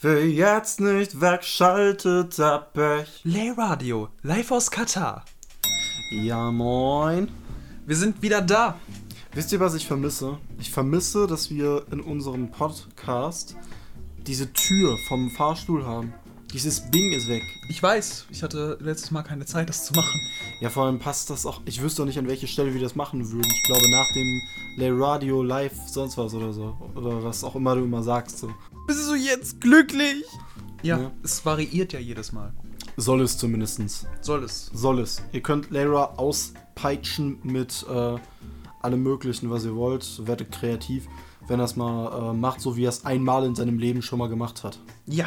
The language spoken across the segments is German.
Wer jetzt nicht wegschaltet, hat Pech. Lay Radio, live aus Katar. Ja, moin. Wir sind wieder da. Wisst ihr, was ich vermisse? Ich vermisse, dass wir in unserem Podcast diese Tür vom Fahrstuhl haben. Dieses Bing ist weg. Ich weiß, ich hatte letztes Mal keine Zeit, das zu machen. Ja, vor allem passt das auch. Ich wüsste auch nicht, an welche Stelle wir das machen würden. Ich glaube, nach dem Lay Radio Live sonst was oder so. Oder was auch immer du immer sagst. So. Bist du jetzt glücklich? Ja, Ja. es variiert ja jedes Mal. Soll es zumindestens. Soll es. Soll es. Ihr könnt Lara auspeitschen mit äh, allem Möglichen, was ihr wollt. Werdet kreativ, wenn er es mal äh, macht, so wie er es einmal in seinem Leben schon mal gemacht hat. Ja.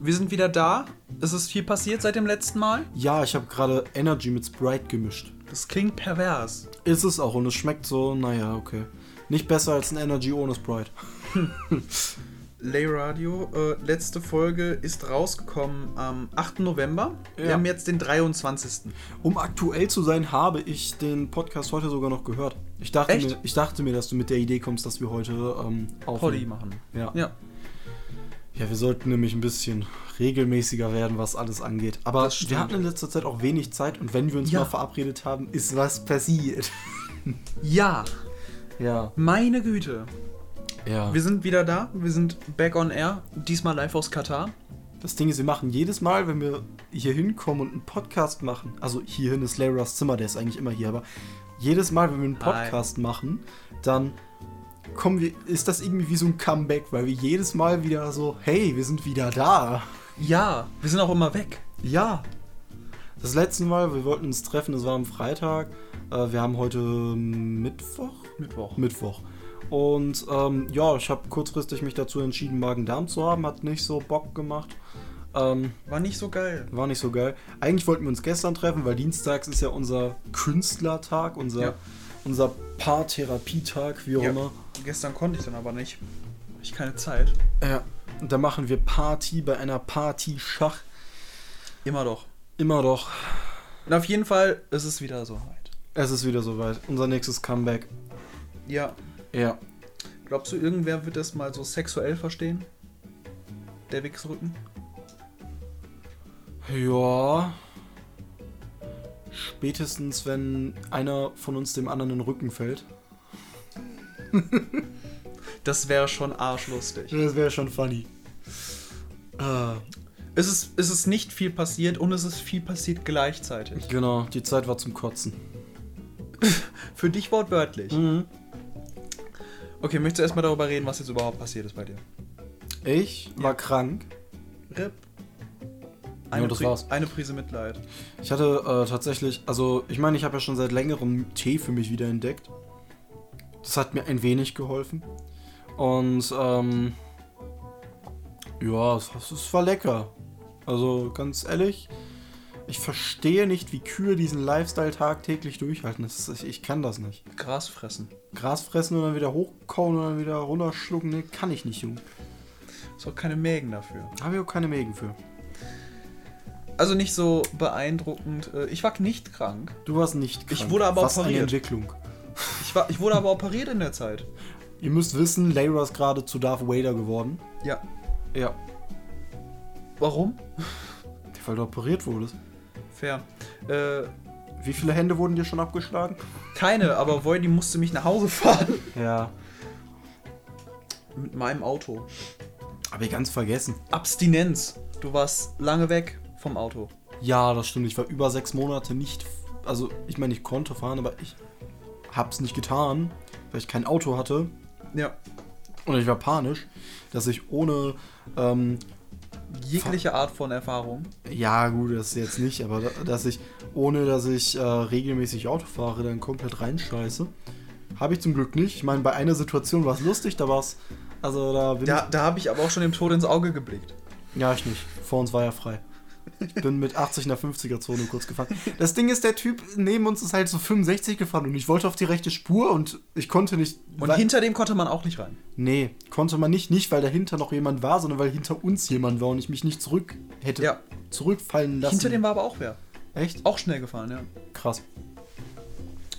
Wir sind wieder da. Es ist viel passiert seit dem letzten Mal. Ja, ich habe gerade Energy mit Sprite gemischt. Das klingt pervers. Ist es auch und es schmeckt so, naja, okay. Nicht besser als ein Energy ohne Sprite. Lay Radio, äh, letzte Folge ist rausgekommen am 8. November. Wir Ja. haben jetzt den 23. Um aktuell zu sein, habe ich den Podcast heute sogar noch gehört. Ich dachte, Echt? Mir, ich dachte mir, dass du mit der Idee kommst, dass wir heute ähm, Poddy aufnehmen. machen. Ja. Ja, Ja, wir sollten nämlich ein bisschen regelmäßiger werden, was alles angeht. Aber Das stimmt. wir hatten in letzter Zeit auch wenig Zeit und wenn wir uns Ja. mal verabredet haben, ist was passiert. ja Ja. meine Güte. Ja. Wir sind wieder da, wir sind back on air, diesmal live aus Katar. Das Ding ist, wir machen jedes Mal, wenn wir hier hinkommen und einen Podcast machen, also hierhin ist Leras Zimmer, der ist eigentlich immer hier, aber jedes Mal, wenn wir einen Podcast machen, dann kommen wir, ist das irgendwie wie so ein Comeback, weil wir jedes Mal wieder so, hey, wir sind wieder da. Ja, wir sind auch immer weg. Ja. Das letzte Mal, wir wollten uns treffen, das war am Freitag. Äh, wir haben heute Mittwoch? Mittwoch. Mittwoch. Und ähm, ja, ich habe kurzfristig mich dazu entschieden, Magen-Darm zu haben. Hat nicht so Bock gemacht. Ähm, War nicht so geil. war nicht so geil. Eigentlich wollten wir uns gestern treffen, weil dienstags ist ja unser Künstlertag, unser, Ja. unser Paartherapietag, wie auch Ja. immer. Gestern konnte ich dann aber nicht. Hab Ich keine Zeit. Ja. Und da machen wir Party bei einer Party Schach. Immer doch. Immer doch. Und auf jeden Fall ist es wieder soweit. Es ist wieder soweit. Unser nächstes Comeback. Ja. Ja. Glaubst du, irgendwer wird das mal so sexuell verstehen? Der Wichsrücken? Ja. Spätestens, wenn einer von uns dem anderen in den Rücken fällt. Das wäre schon arschlustig. Das wäre schon funny. Äh, Es ist, es ist nicht viel passiert und es ist viel passiert gleichzeitig. genau, die Zeit war zum Kotzen. Für dich wortwörtlich. Mhm. Okay, möchtest du erstmal darüber reden, was jetzt überhaupt passiert ist bei dir? Ich war krank. RIP. Ja, das war's. eine Prise Mitleid. Ich hatte äh, tatsächlich, also ich meine, ich habe ja schon seit längerem Tee für mich wieder entdeckt. Das hat mir ein wenig geholfen. Und ähm, ja, es, es war lecker. Also ganz ehrlich, ich verstehe nicht, wie Kühe diesen Lifestyle tagtäglich durchhalten. Das ist, ich, ich kann das nicht. Gras fressen. Gras fressen und dann wieder hochkauen und dann wieder runterschlucken, ne, kann ich nicht, Junge. Ist auch keine Mägen dafür. Habe ich auch keine Mägen für. Also nicht so beeindruckend. Äh, Ich war nicht krank. Du warst nicht Ich krank. wurde aber Was eine operiert. Entwicklung. Ich, war, ich wurde aber operiert in der Zeit. Ihr müsst wissen, Layra ist gerade zu Darth Vader geworden. Ja. Ja. Warum? Weil du operiert wurdest. Fair. Äh, Wie viele Hände wurden dir schon abgeschlagen? keine, aber Voidy musste mich nach Hause fahren. Ja. Mit meinem Auto. Hab ich ganz vergessen. Abstinenz. Du warst lange weg vom Auto. Ja, das stimmt. Ich war über sechs Monate nicht. Also, ich meine, ich konnte fahren, aber ich hab's nicht getan, weil ich kein Auto hatte. Ja. Und ich war panisch, dass ich ohne. Ähm, Jegliche Art von Erfahrung. ja, gut, das jetzt nicht, aber da- dass ich ohne, dass ich äh, regelmäßig Auto fahre, dann komplett reinscheiße. Habe ich zum Glück nicht. Ich meine, bei einer Situation war es lustig, da war's. Also, da bin Da, da habe ich aber auch schon dem Tod ins Auge geblickt. Ja, ich nicht. Vor uns war ja frei. Ich bin mit 80 in der 50er-Zone kurz gefahren. Das Ding ist, der Typ neben uns ist halt so 65 gefahren und ich wollte auf die rechte Spur und ich konnte nicht. Und weil- hinter dem konnte man auch nicht rein. Nee, konnte man nicht. Nicht, weil dahinter noch jemand war, sondern weil hinter uns jemand war und ich mich nicht zurück hätte Ja. zurückfallen lassen. Hinter dem war aber auch wer. Echt? Auch schnell gefahren, ja. Krass.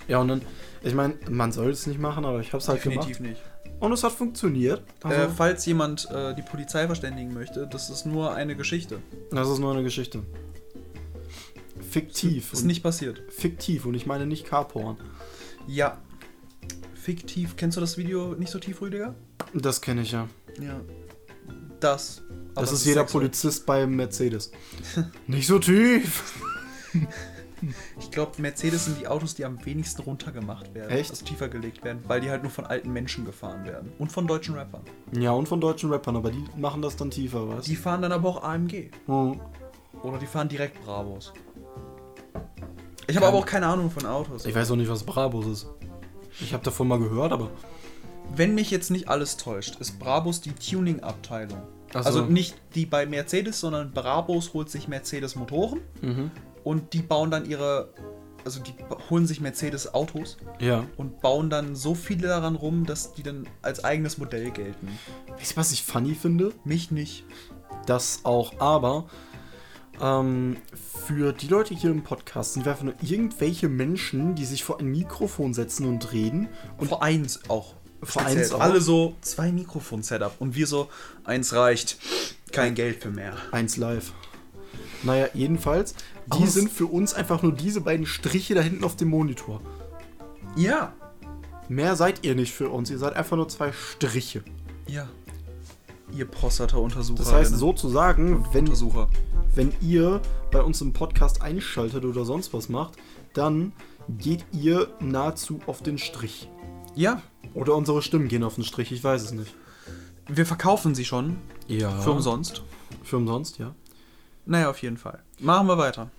Ja, und dann, ich meine, man soll es nicht machen, aber ich hab's halt Definitiv gemacht. nicht. Und es hat funktioniert. Äh, Also, falls jemand äh, die Polizei verständigen möchte, das ist nur eine Geschichte. das ist nur eine Geschichte. Fiktiv. Ist und- nicht passiert. fiktiv und ich meine nicht Carporn. Ja. Fiktiv. Kennst du das Video nicht so tief, Rüdiger? Das kenne ich ja. Ja. Das. Aber Das es ist jeder sexuell. Polizist beim Mercedes. nicht so tief. Ich glaube, Mercedes sind die Autos, die am wenigsten runtergemacht werden. Echt? Also tiefer gelegt werden, weil die halt nur von alten Menschen gefahren werden. Und von deutschen Rappern. Ja, und von deutschen Rappern, aber die machen das dann tiefer, weißt Hm. Die fahren dann aber auch AMG. du? Oder die fahren direkt Bravos. Ich habe aber auch keine Ahnung von Autos. Ich weiß auch nicht, was Brabus ist. Ich habe davon mal gehört, aber. Wenn mich jetzt nicht alles täuscht, ist Brabus die Tuning-Abteilung. Ach so. Also nicht die bei Mercedes, sondern Brabus holt sich Mercedes-Motoren Mhm. und die bauen dann ihre. Also die ba- holen sich Mercedes-Autos Ja. und bauen dann so viele daran rum, dass die dann als eigenes Modell gelten. Weißt du, was ich funny finde? Mich nicht. Das auch, aber. Ähm, für die Leute hier im Podcast sind wir einfach nur irgendwelche Menschen, die sich vor ein Mikrofon setzen und reden. Und vor eins auch. Vor Speziell. eins auch. Alle so zwei Mikrofon-Setup und wir so, eins reicht, kein Geld für mehr. Eins live. Naja, jedenfalls, die Aus- sind für uns einfach nur diese beiden Striche da hinten auf dem Monitor. Ja. Mehr seid ihr nicht für uns, ihr seid einfach nur zwei Striche. Ja. Ihr Prostata-Untersucher. Das heißt, sozusagen, wenn, Untersucher. wenn ihr bei uns im Podcast einschaltet oder sonst was macht, dann geht ihr nahezu auf den Strich. Ja, Oder unsere Stimmen gehen auf den Strich, ich weiß es nicht. wir verkaufen sie schon. Ja. Für umsonst. Für umsonst, ja. Naja, auf jeden Fall. Machen wir weiter.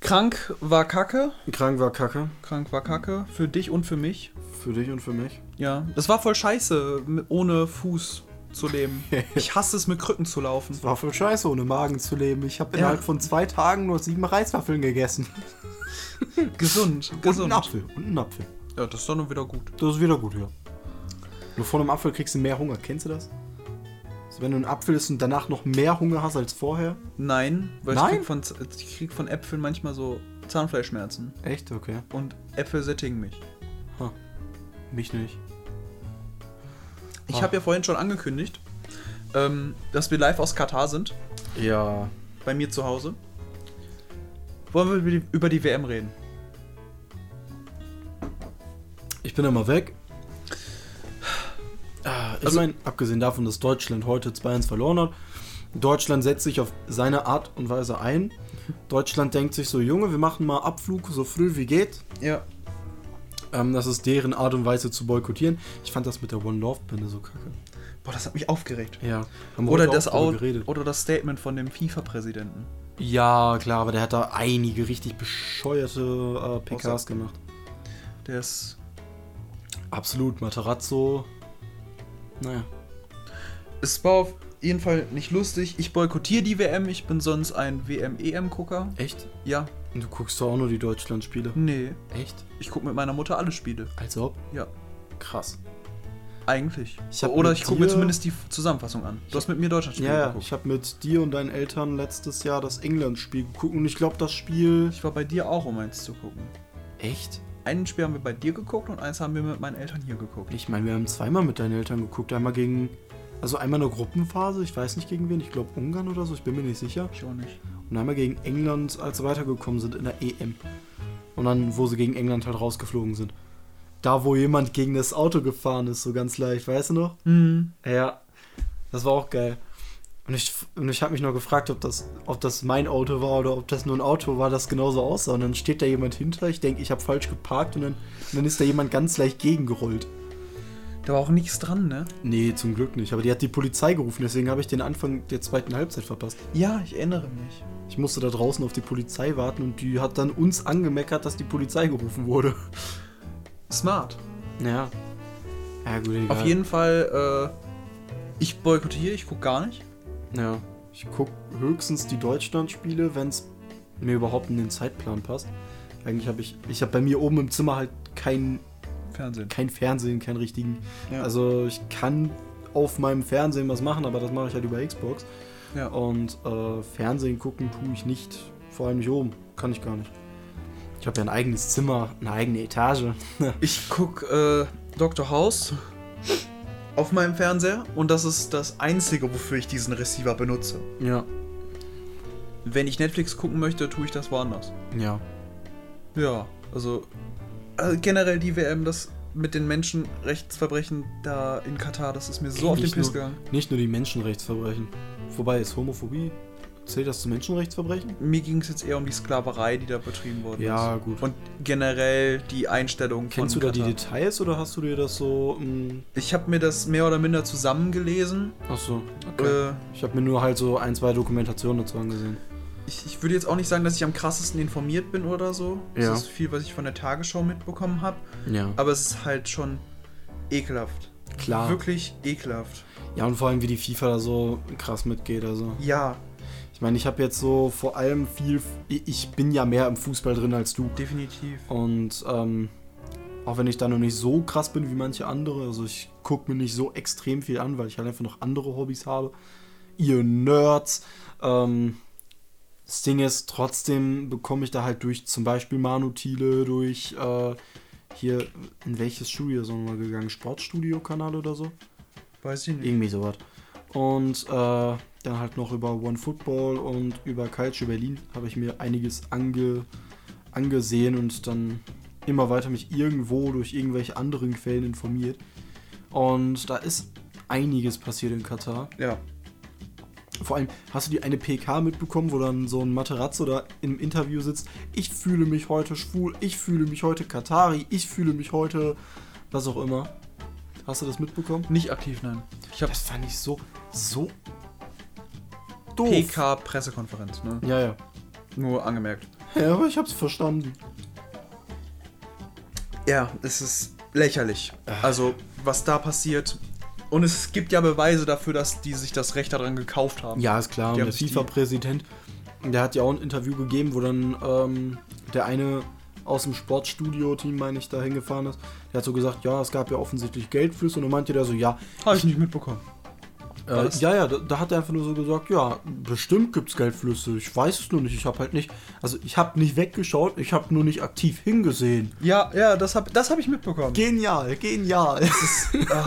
Krank war Kacke. Krank war kacke. Krank war Kacke. Für dich und für mich. Für dich und für mich. Ja. Das war voll scheiße, mit- ohne Fuß zu leben. Ich hasse es, mit Krücken zu laufen. War voll scheiße, ohne Magen zu leben. Ich habe Ja. innerhalb von zwei Tagen nur sieben Reiswaffeln gegessen. Gesund, Und einen gesund. Apfel. Und einen Apfel. Ja, das ist dann wieder gut. Das ist wieder gut, ja. Nur vor einem Apfel kriegst du mehr Hunger. Kennst du das? Also wenn du einen Apfel isst und danach noch mehr Hunger hast als vorher. Nein, weil Nein? Ich, krieg von, Z- ich krieg von Äpfeln manchmal so Zahnfleischschmerzen. Echt? Okay. Und Äpfel sättigen mich. Mich nicht. Ich Ah. habe ja vorhin schon angekündigt, ähm, dass wir live aus Katar sind, Ja. bei mir zu Hause. Wollen wir über die, über die WM reden? Ich bin immer weg. Ah, Ich Also- meine, abgesehen davon, dass Deutschland heute 2-1 verloren hat, Deutschland setzt sich auf seine Art und Weise ein. Deutschland denkt sich so, Junge, wir machen mal Abflug so früh wie geht. Ja. Ähm, das ist deren Art und Weise zu boykottieren. Ich fand das mit der One-Love-Binde so kacke. Boah, das hat mich aufgeregt. Ja. Haben wir Oder heute das, drüber Au geredet. oder das Statement von dem FIFA-Präsidenten. Ja, klar, aber der hat da einige richtig bescheuerte äh, PKs Außer- gemacht. Der ist. Absolut, Materazzo. Naja. Es war auf jeden Fall nicht lustig. Ich boykottiere die WM. Ich bin sonst ein WM-EM-Gucker. Echt? Ja. Und du guckst doch auch nur die Deutschland-Spiele. Nee. Echt? Ich gucke mit meiner Mutter alle Spiele. Als ob? Ja. Krass. Eigentlich. Ich hab oder mit ich gucke mir dir- zumindest die Zusammenfassung an. Du hast mit mir Deutschland-Spiele Ja, ja. geguckt. Ich habe mit dir und deinen Eltern letztes Jahr das England-Spiel geguckt und ich glaube, das Spiel. Ich war bei dir auch, um eins zu gucken. Echt? Ein Spiel haben wir bei dir geguckt und eins haben wir mit meinen Eltern hier geguckt. Ich meine, wir haben zweimal mit deinen Eltern geguckt. Einmal gegen. Also einmal eine Gruppenphase, ich weiß nicht gegen wen, ich glaube Ungarn oder so, ich bin mir nicht sicher. Ich auch nicht. Und einmal gegen England, als sie weitergekommen sind in der EM. Und dann, wo sie gegen England halt rausgeflogen sind. Da, wo jemand gegen das Auto gefahren ist, so ganz leicht, weißt du noch? Hm. Ja. Das war auch geil. Und ich, und ich habe mich noch gefragt, ob das, ob das mein Auto war oder ob das nur ein Auto war, das genauso aussah. Und dann steht da jemand hinter, ich denke, ich habe falsch geparkt und dann, und dann ist da jemand ganz leicht gegengerollt. Da war auch nichts dran, ne? Nee, zum Glück nicht. Aber die hat die Polizei gerufen, deswegen habe ich den Anfang der zweiten Halbzeit verpasst. Ja, ich erinnere mich. Ich musste da draußen auf die Polizei warten und die hat dann uns angemeckert, dass die Polizei gerufen wurde. Smart. Ja. Ja, gut, egal. Auf jeden Fall, äh, ich boykottiere, ich gucke gar nicht. Ja. Ich gucke höchstens die Deutschland-Spiele, wenn es mir überhaupt in den Zeitplan passt. Eigentlich habe ich, ich habe bei mir oben im Zimmer halt kein, Fernsehen. kein Fernsehen, keinen richtigen. Ja. Also ich kann auf meinem Fernsehen was machen, aber das mache ich halt über Xbox. Ja. Und äh, Fernsehen gucken tue ich nicht. Vor allem nicht oben. Kann ich gar nicht. Ich habe ja ein eigenes Zimmer, eine eigene Etage. Ich gucke äh, Dr. House auf meinem Fernseher und das ist das Einzige, wofür ich diesen Receiver benutze. Ja, Wenn ich Netflix gucken möchte, tue ich das woanders. ja. Ja, also äh, generell die WM, das mit den Menschenrechtsverbrechen da in Katar, das ist mir so auf den Nicht Piss nur- gegangen. Nicht nur die Menschenrechtsverbrechen. Wobei, ist Homophobie, zählt das zu Menschenrechtsverbrechen? Mir ging es jetzt eher um die Sklaverei, die da betrieben worden Ja, ist. gut. Und generell die Einstellung Kennst du von da die Katar. Details oder hast du dir das so... mm, Ich habe mir das mehr oder minder zusammengelesen. Ach so, okay. Äh, Ich habe mir nur halt so ein, zwei Dokumentationen dazu angesehen. ich, ich würde jetzt auch nicht sagen, dass ich am krassesten informiert bin oder so. Ja. Das ist viel, was ich von der Tagesschau mitbekommen habe. Ja, Aber es ist halt schon ekelhaft. klar. Wirklich ekelhaft. Ja, und vor allem, wie die FIFA da so krass mitgeht. Also, Ja, ich meine, ich habe jetzt so vor allem viel. Ich bin ja mehr im Fußball drin als du. definitiv. Oh. Und ähm, auch wenn ich da noch nicht so krass bin wie manche andere, also ich gucke mir nicht so extrem viel an, weil ich halt einfach noch andere Hobbys habe. Ihr Nerds. Ähm, das Ding ist, trotzdem bekomme ich da halt durch zum Beispiel Manu Thiele, durch äh, hier, in welches Studio sind wir gegangen? Sportstudio-Kanal oder so? Weiß ich nicht. Irgendwie sowas. Und äh, dann halt noch über One Football und über Culture Berlin habe ich mir einiges ange, angesehen und dann immer weiter mich irgendwo durch irgendwelche anderen Quellen informiert. Und da ist einiges passiert in Katar. Ja. Vor allem, hast du die eine PK mitbekommen, wo dann so ein Materazzo da im Interview sitzt? Ich fühle mich heute schwul, ich fühle mich heute Katari, ich fühle mich heute was auch immer. Hast du das mitbekommen? Nicht aktiv, nein. Ich habe Das fand ich so, so doof. Hm. PK-Pressekonferenz, ne? Ja, ja. Nur angemerkt. Ja, aber ich hab's verstanden. Ja, es ist lächerlich. Also, was da passiert. Und es gibt ja Beweise dafür, dass die sich das Recht daran gekauft haben. Ja, ist klar. Die Und haben der sich die- FIFA-Präsident, der hat ja auch ein Interview gegeben, wo dann ähm, der eine aus dem Sportstudio-Team, meine ich, da hingefahren ist. Der hat so gesagt, ja, es gab ja offensichtlich Geldflüsse. Und dann meinte der so, ja, Habe ich nicht mitbekommen. äh, Was? ja, ja, da, da hat er einfach nur so gesagt, ja, bestimmt gibt's Geldflüsse. Ich weiß es nur nicht. Ich hab halt nicht, also ich hab nicht weggeschaut, ich hab nur nicht aktiv hingesehen. Ja, ja, das habe das hab ich mitbekommen. Genial, genial. Ah,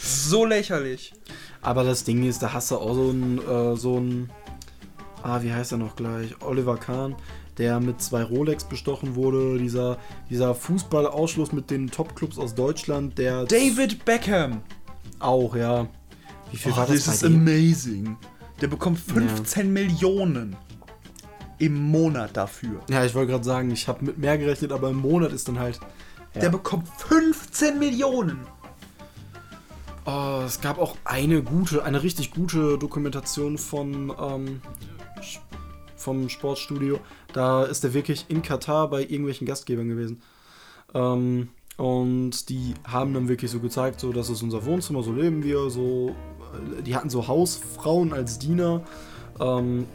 so lächerlich. Aber das Ding ist, da hast du auch so einen, äh, so einen, ah, wie heißt er noch gleich? Oliver Kahn, der mit zwei Rolex bestochen wurde. Dieser, dieser Fußballausschluss mit den Topclubs aus Deutschland, der David Beckham. Oh, auch, ja. Wie viel war das, ist bei dem? amazing. Der bekommt 15 Millionen im Monat dafür. Ja, ich wollte gerade sagen, ich habe mit mehr gerechnet, aber im Monat ist dann halt. Ja. Der bekommt 15 Millionen. Oh, es gab auch eine gute, eine richtig gute Dokumentation von, ähm, Sch- vom Sportstudio. Da ist er wirklich in Katar bei irgendwelchen Gastgebern gewesen. Ähm, und die haben dann wirklich so gezeigt, so das ist unser Wohnzimmer, so leben wir, so. äh, Die hatten so Hausfrauen als Diener. Ähm,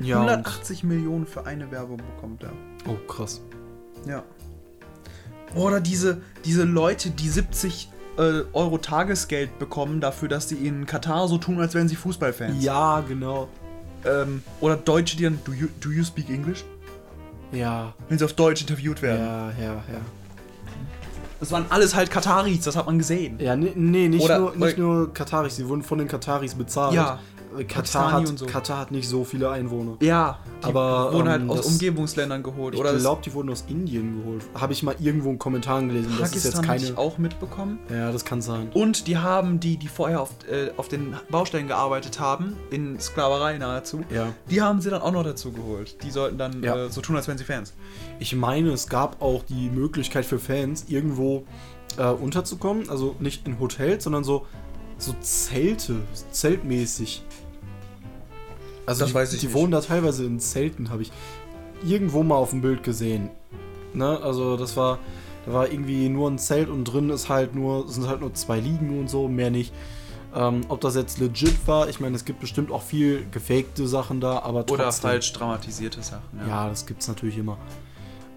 ja. Und, 180 Millionen für eine Werbung bekommt er. oh, krass. Ja. Oder diese, diese Leute, die 70 äh, Euro Tagesgeld bekommen dafür, dass sie in Katar so tun, als wären sie Fußballfans. Ja, genau. Ähm, oder Deutsche, die dann, do you, do you speak English? Ja, Wenn sie auf Deutsch interviewt ja, werden. ja, ja. Das waren alles halt Kataris, das hat man gesehen. Ja, nee, nee nicht, Oder- nur, nicht nur Kataris, sie wurden von den Kataris bezahlt. Ja, Äh, Katar Pakistani hat, und so. Katar hat nicht so viele Einwohner. Ja, die Aber, wurden halt ähm, aus das- Umgebungsländern geholt. Ich Oder das glaube, die wurden aus Indien geholt. Habe ich mal irgendwo in Kommentaren gelesen. Das ist jetzt Pakistan habe keine. ich auch mitbekommen. Ja, das kann sein. Und die haben die, die vorher auf, äh, auf den Baustellen gearbeitet haben, in Sklaverei nahezu, Ja. die haben sie dann auch noch dazu geholt. Die sollten dann Ja. äh, so tun, als wären sie Fans. Ich meine, es gab auch die Möglichkeit für Fans, irgendwo äh, unterzukommen. Also nicht in Hotels, sondern so, so Zelte, zeltmäßig. Also Das die, weiß ich die nicht. wohnen da teilweise in Zelten, habe ich irgendwo mal auf dem Bild gesehen. Ne? Also das war, da war irgendwie nur ein Zelt und drin ist halt nur, sind halt nur zwei Liegen und so, mehr nicht. Ähm, ob das jetzt legit war, ich meine, es gibt bestimmt auch viel gefakte Sachen da, aber trotzdem. Oder falsch dramatisierte Sachen. Ja. Ja, das gibt's natürlich immer.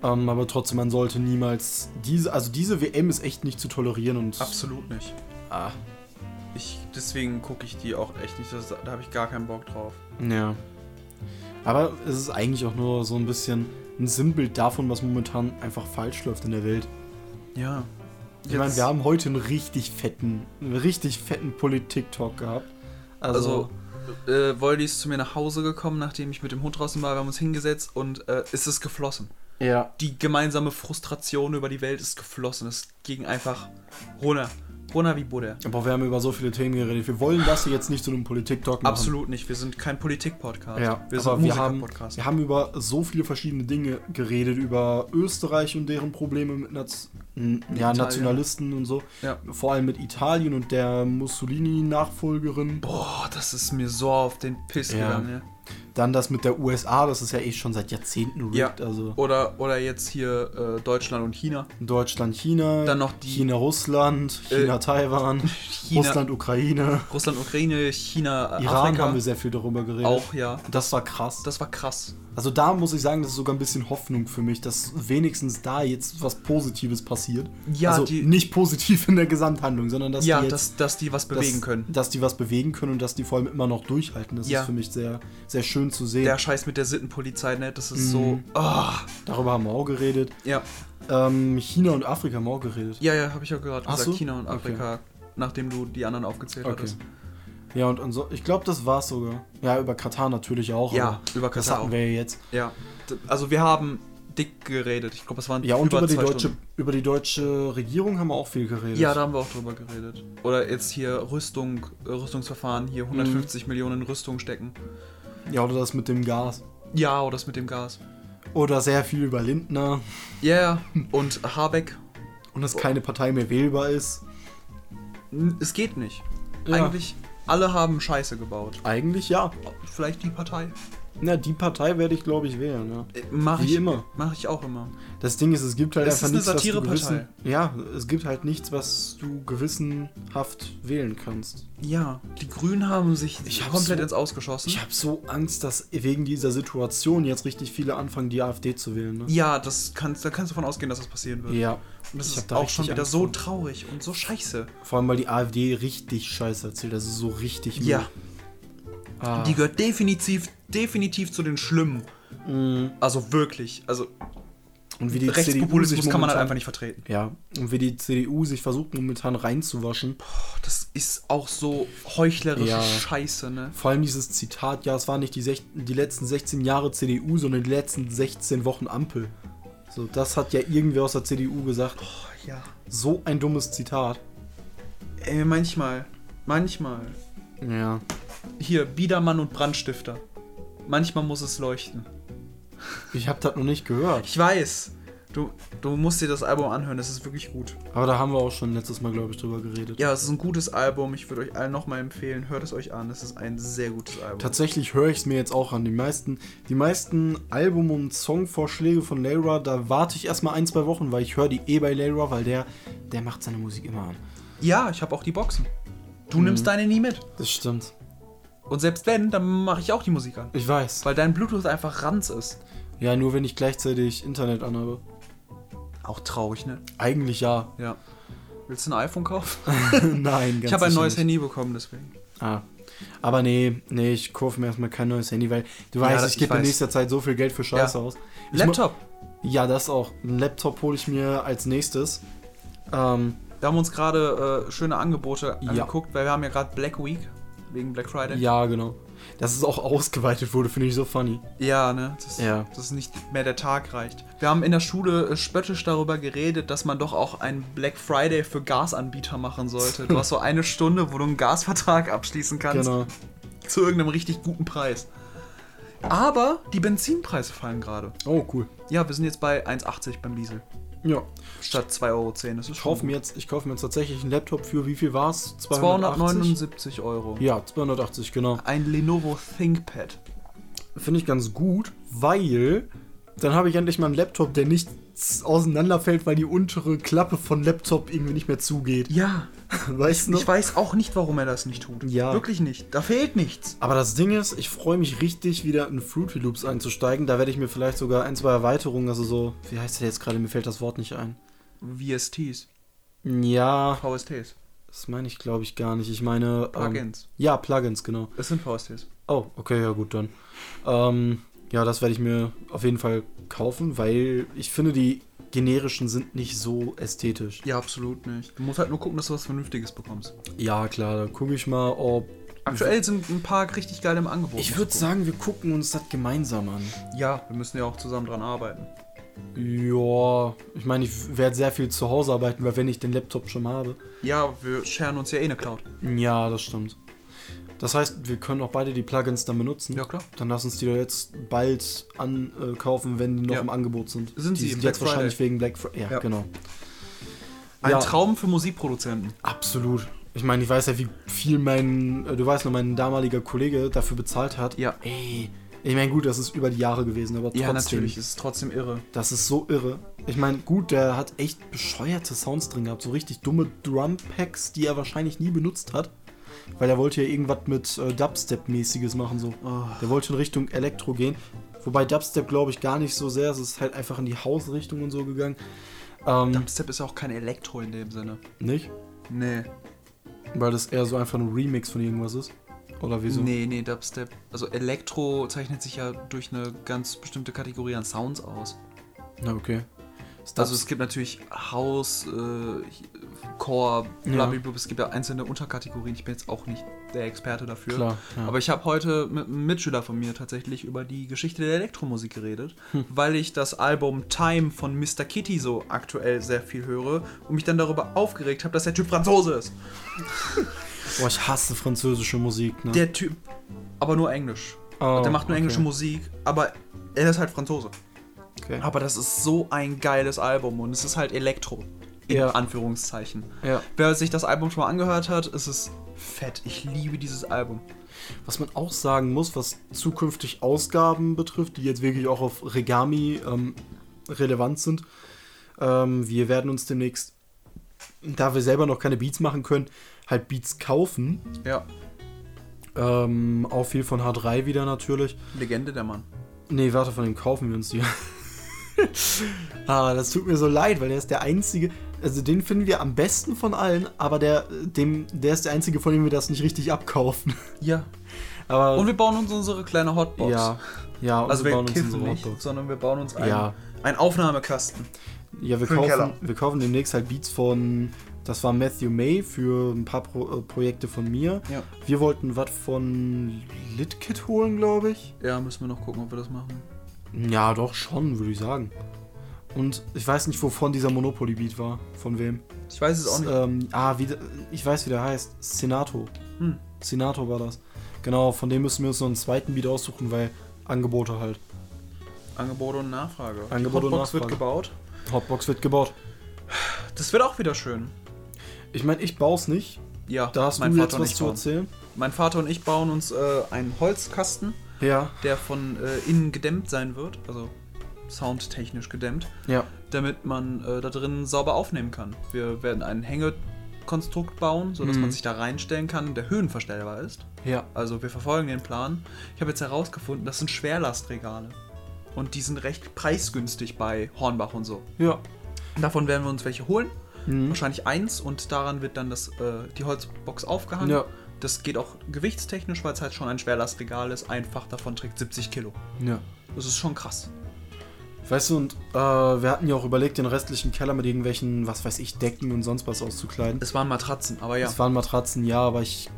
Ähm, aber trotzdem, man sollte niemals diese, also diese WM ist echt nicht zu tolerieren und Absolut nicht. Ah, Ich, deswegen gucke ich die auch echt nicht. Das, da habe ich gar keinen Bock drauf. ja. Aber es ist eigentlich auch nur so ein bisschen ein Sinnbild davon, was momentan einfach falsch läuft in der Welt. Ja. Ich meine, wir haben heute einen richtig fetten, einen richtig fetten Politik-Talk gehabt. Also, äh, Voldy ist zu mir nach Hause gekommen, nachdem ich mit dem Hund draußen war. Wir haben uns hingesetzt und äh, es ist geflossen. ja. Die gemeinsame Frustration über die Welt ist geflossen. Es ging einfach runter. Runter wie Buddha. Aber wir haben über so viele Themen geredet. Wir wollen das hier jetzt nicht zu einem Politik-Talk machen. Absolut nicht. Wir sind kein Politik-Podcast. Ja, wir sind aber wir haben, Musiker-Podcast. wir haben über so viele verschiedene Dinge geredet, über Österreich und deren Probleme mit Naz n- ja, Italien. Nationalisten und so. Ja. Vor allem mit Italien und der Mussolini-Nachfolgerin. Boah, das ist mir so auf den Piss Ja. gegangen. Dann das mit der USA, das ist ja eh schon seit Jahrzehnten Ja. rigged. Also Ja. Oder, oder jetzt hier äh, Deutschland und China. Deutschland, China, Dann noch die- China, Russland, Äh, China, Taiwan, China, Russland, Ukraine, Russland, Ukraine, China, äh, Iran Afrika. haben wir sehr viel darüber geredet. auch, ja. Das war krass. Das war krass. Also da muss ich sagen, das ist sogar ein bisschen Hoffnung für mich, dass wenigstens da jetzt was Positives passiert. Ja, also die- nicht positiv in der Gesamthandlung, sondern dass ja, die jetzt, dass, dass die was dass, bewegen können. dass die was bewegen können und dass die vor allem immer noch durchhalten. Das Ja. ist für mich sehr, sehr schön zu sehen. Der Scheiß mit der Sittenpolizei, ne? Das ist so. Mhm. Ah. Darüber haben wir auch geredet. Ja, Ähm, China und Afrika haben wir auch geredet. ja, ja, habe ich auch gerade Ach gesagt. so? China und Okay. Afrika, nachdem du die anderen aufgezählt Okay. hattest. Ja, und, anso- ich glaube, das war's sogar. Ja, über Katar natürlich auch. Ja, aber über Das Katar hatten auch. wir ja jetzt. Ja. D- Also wir haben dick geredet. Ich glaube, das waren Ja, und über, die zwei deutsche, Stunden. über die deutsche Regierung haben wir auch viel geredet. Ja, da haben wir auch drüber geredet. Oder jetzt hier Rüstung, äh, Rüstungsverfahren, Mhm. hier 150 Millionen in Rüstung stecken. ja, oder das mit dem Gas. Ja, oder das mit dem Gas. Oder sehr viel über Lindner. Ja, yeah. und Habeck, Und dass keine Partei mehr wählbar ist. n- es geht nicht. Ja. Eigentlich, alle haben Scheiße gebaut. Eigentlich ja. Vielleicht die Partei. Na, die Partei werde ich, glaube ich, wählen. Ja. Äh, Mach Wie ich immer. Mach ich auch immer. Das Ding ist, es gibt halt Es einfach ist eine nichts, was du Satirepartei. gewissen, Ja, es gibt halt nichts, was du gewissenhaft wählen kannst. Ja, die Grünen haben sich Ich hab's komplett so- ins Ausgeschossen. Ich habe so Angst, dass wegen dieser Situation jetzt richtig viele anfangen, die AfD zu wählen. Ne? ja, das kannst, da kannst du davon ausgehen, dass das passieren wird. Ja. Und das Ich hab ist da auch richtig schon wieder Angst so vor. traurig und so scheiße. Vor allem, weil die AfD richtig Scheiße erzählt. Das ist so richtig. Müll. Ja, Ah. die gehört definitiv, definitiv zu den Schlimmen. Also wirklich. Also Und wie Mhm. die CDU sich Rechtspopulismus kann man halt momentan- einfach nicht vertreten. Ja. Und wie die CDU sich versucht momentan reinzuwaschen. Boah, das ist auch so heuchlerische Ja. Scheiße, ne? Vor allem dieses Zitat, ja, es waren nicht die, sech- die letzten 16 Jahre CDU, sondern die letzten 16 Wochen Ampel. So, das hat ja irgendwer aus der CDU gesagt. Boah, ja. So ein dummes Zitat. Ey, manchmal, manchmal. Ja. Hier, Biedermann und Brandstifter. Manchmal muss es leuchten. Ich habe das noch nicht gehört. Ich weiß. Du, du musst dir das Album anhören, das ist wirklich gut. Aber da haben wir auch schon letztes Mal, glaube ich, drüber geredet. Ja, es ist ein gutes Album. Ich würde euch allen nochmal empfehlen, hört es euch an. Es ist ein sehr gutes Album. Tatsächlich höre ich es mir jetzt auch an. Die meisten, die meisten Album- und Songvorschläge von Leira, da warte ich erstmal ein, zwei Wochen, weil ich höre die eh bei Leira, weil der, der macht seine Musik immer an. Ja, ich habe auch die Boxen. Du Mhm. nimmst deine nie mit. Das stimmt. Und selbst wenn, dann mache ich auch die Musik an. Ich weiß. Weil dein Bluetooth einfach Ranz ist. Ja, nur wenn ich gleichzeitig Internet anhabe. Auch traurig, ne? Eigentlich ja. Ja. Willst du ein iPhone kaufen? Nein, ganz ich habe ein sicher neues nicht. Handy bekommen, deswegen. Ah. Aber nee, nee, ich kaufe mir erstmal kein neues Handy, weil du weißt, das- ich gebe ich in weiß. nächster Zeit so viel Geld für Scheiße Ja. aus. Ich mu- Laptop. Ja, das auch. Einen Laptop hole ich mir als nächstes. Ähm, Wir haben uns gerade äh, schöne Angebote Ja. angeguckt, weil wir haben ja gerade Black Week wegen Black Friday. ja, genau. Dass es auch ausgeweitet wurde, finde ich so funny. Ja, ne? Das, Ja. Dass nicht mehr der Tag reicht. Wir haben in der Schule äh, spöttisch darüber geredet, dass man doch auch einen Black Friday für Gasanbieter machen sollte. Du hast so eine Stunde, wo du einen Gasvertrag abschließen kannst Genau. zu irgendeinem richtig guten Preis. Aber die Benzinpreise fallen gerade. Oh, cool. Ja, wir sind jetzt bei 1,80 beim Diesel Ja. statt 2,10 Euro. Das ist Ich schon kaufe gut. mir jetzt, ich kaufe mir jetzt tatsächlich einen Laptop für wie viel war's? 279 Euro. Ja, 280, genau. Ein Lenovo ThinkPad. Finde ich ganz gut, weil dann habe ich endlich mal einen Laptop, der nicht z- auseinanderfällt, weil die untere Klappe von Laptop irgendwie nicht mehr zugeht. Ja, Weißt du? noch? ich weiß auch nicht, warum er das nicht tut. Ja. Wirklich nicht. Da fehlt nichts. Aber das Ding ist, ich freue mich richtig, wieder in Fruity Loops einzusteigen. Da werde ich mir vielleicht sogar ein, zwei Erweiterungen, also so, wie heißt der jetzt gerade? Mir fällt das Wort nicht ein. VSTs, Ja, VSTs, das meine ich, glaube ich, gar nicht. Ich meine. Ähm, Plugins. Ja, Plugins, genau. Es sind VSTs. Oh, okay, ja gut dann. Ähm, Ja, das werde ich mir auf jeden Fall kaufen, weil ich finde, die generischen sind nicht so ästhetisch. Ja, absolut nicht. Du musst halt nur gucken, dass du was Vernünftiges bekommst. Ja, klar, dann gucke ich mal, ob. Aktuell sind ein paar richtig geile im Angebot. Ich würde sagen, wir gucken uns das gemeinsam an. Ja, wir müssen ja auch zusammen dran arbeiten. Ja, ich meine, ich werde sehr viel zu Hause arbeiten, weil wenn ich den Laptop schon habe. Ja, wir scheren uns ja eh eine Cloud. Ja, das stimmt. Das heißt, wir können auch beide die Plugins dann benutzen. Ja, klar. Dann lass uns die doch jetzt bald ankaufen, wenn die noch Ja. im Angebot sind. Sind die sie, sind Black jetzt wahrscheinlich wegen Black Friday. Ja, Ja. genau. Ein Ja. Traum für Musikproduzenten. Absolut. Ich meine, ich weiß ja, wie viel mein, äh, du weißt noch, mein damaliger Kollege dafür bezahlt hat. Ja. Ey, ich meine, gut, das ist über die Jahre gewesen, aber trotzdem. Ja, natürlich. Ist trotzdem irre. Das ist so irre. Ich meine, gut, der hat echt bescheuerte Sounds drin gehabt. So richtig dumme Drum-Packs, die er wahrscheinlich nie benutzt hat. Weil er wollte ja irgendwas mit äh, Dubstep-mäßiges machen. So. Oh. Der wollte in Richtung Elektro gehen. Wobei Dubstep, glaube ich, gar nicht so sehr. Es ist halt einfach in die House-Richtung und so gegangen. Ähm, Dubstep ist ja auch kein Elektro in dem Sinne. nicht? Nee. Weil das eher so einfach ein Remix von irgendwas ist. Oder wieso? Nee, nee, Dubstep. Also Elektro zeichnet sich ja durch eine ganz bestimmte Kategorie an Sounds aus. Na, okay. Ist das Also es gibt natürlich House, äh, Core, Ja. blablabla. Es gibt ja einzelne Unterkategorien. Ich bin jetzt auch nicht der Experte dafür. klar. Ja. Aber ich habe heute mit einem Mitschüler von mir tatsächlich über die Geschichte der Elektromusik geredet, Hm. weil ich das Album Time von Mr. Kitty so aktuell sehr viel höre und mich dann darüber aufgeregt habe, dass der Typ Franzose ist. Boah, ich hasse französische Musik. Ne? Der Typ, aber nur Englisch. Oh, der macht nur okay. englische Musik, aber er ist halt Franzose. Okay. Aber das ist so ein geiles Album und es ist halt Elektro. In Ja. Anführungszeichen. Ja. Wer sich das Album schon mal angehört hat, es ist fett. Ich liebe dieses Album. Was man auch sagen muss, was zukünftig Ausgaben betrifft, die jetzt wirklich auch auf Regami ähm, relevant sind. Ähm, wir werden uns demnächst, da wir selber noch keine Beats machen können, halt Beats kaufen. Ja, Ähm, auch viel von H3 wieder natürlich. Legende der Mann. Nee, warte, von dem kaufen wir uns die. ah, das tut mir so leid, weil der ist der einzige. Also den finden wir am besten von allen, aber der, dem, der ist der einzige, von dem wir das nicht richtig abkaufen. Ja, Aber Und wir bauen uns unsere kleine Hotbox. ja, ja, und Also wir, kiffen nicht, Hotbox. sondern wir bauen uns einen, Ja. einen Aufnahmekasten. Ja, wir Für den kaufen, Keller. wir kaufen demnächst halt Beats von, das war Matthew May für ein paar Pro, äh, Projekte von mir. Ja. Wir wollten was von Litkit holen, glaube ich. Ja, müssen wir noch gucken, ob wir das machen. Ja, doch schon, würde ich sagen. Und ich weiß nicht, wovon dieser Monopoly-Beat war. Von wem? Ich weiß es auch nicht. Ähm, ah, wie, der- ich weiß, wie der heißt. Senato. Hm. Senato war das. Genau, von dem müssen wir uns noch einen zweiten Beat aussuchen, weil Angebote halt. Angebot und Nachfrage. Angebot Die und Hotbox wird Nachfrage. gebaut. Hotbox wird gebaut. Das wird auch wieder schön. Ich meine, ich baue es nicht. Ja, Da hast mein du jetzt Vater und was ich zu bauen. erzählen. Mein Vater und ich bauen uns äh, einen Holzkasten, Ja, der von äh, innen gedämmt sein wird, also soundtechnisch gedämmt, ja. damit man äh, da drin sauber aufnehmen kann. Wir werden ein Hängekonstrukt bauen, sodass Mhm. man sich da reinstellen kann, der höhenverstellbar ist. Ja. Also wir verfolgen den Plan. Ich habe jetzt herausgefunden, das sind Schwerlastregale. Und die sind recht preisgünstig bei Hornbach und so. Ja. Davon werden wir uns welche holen. Mhm. Wahrscheinlich eins und daran wird dann das, äh, die Holzbox aufgehangen. Ja. Das geht auch gewichtstechnisch, weil es halt schon ein Schwerlastregal ist. Einfach davon trägt 70 Kilo. ja. Das ist schon krass. Weißt du, und äh, wir hatten ja auch überlegt, den restlichen Keller mit irgendwelchen, was weiß ich, Decken und sonst was auszukleiden. Es waren Matratzen, aber ja. Es waren Matratzen, ja, aber ich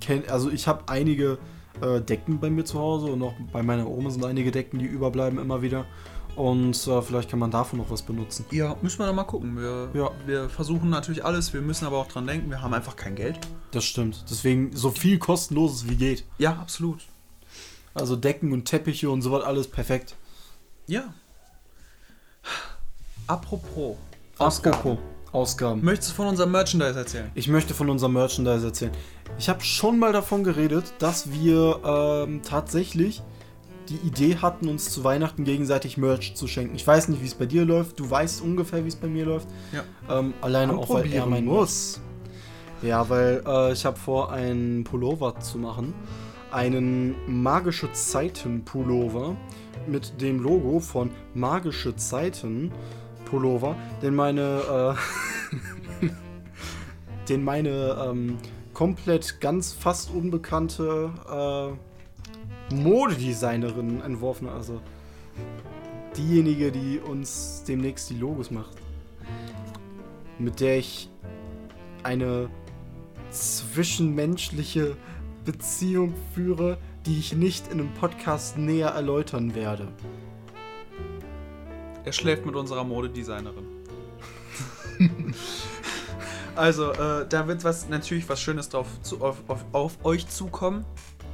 kenne, also ich habe einige äh, Decken bei mir zu Hause und auch bei meiner Oma sind einige Decken, die überbleiben immer wieder. Und äh, vielleicht kann man davon noch was benutzen. Ja, müssen wir da mal gucken. Wir, Ja. wir versuchen natürlich alles, wir müssen aber auch dran denken, wir haben einfach kein Geld. Das stimmt. Deswegen so viel kostenloses wie geht. Ja, absolut. Also Decken und Teppiche und sowas alles perfekt. Ja. Apropos. Ausgaben. Apropos Ausgaben. Möchtest du von unserem Merchandise erzählen? Ich möchte von unserem Merchandise erzählen. Ich habe schon mal davon geredet, dass wir ähm, tatsächlich die Idee hatten, uns zu Weihnachten gegenseitig Merch zu schenken. Ich weiß nicht, wie es bei dir läuft. Du weißt ungefähr, wie es bei mir läuft. Ja. Ähm, alleine auch, weil er Anprobieren mein muss. Ja, weil äh, ich habe vor, einen Pullover zu machen. Einen magische Zeiten-Pullover mit dem Logo von magische Zeiten-Pullover, den meine, äh, den meine ähm, komplett ganz fast unbekannte Modedesignerin entworfen hat. Also diejenige, die uns demnächst die Logos macht. Mit der ich eine zwischenmenschliche Beziehung führe, die ich nicht in einem Podcast näher erläutern werde. Er schläft mit unserer Modedesignerin. also, äh, da wird was natürlich was Schönes drauf zu, auf, auf, auf euch zukommen.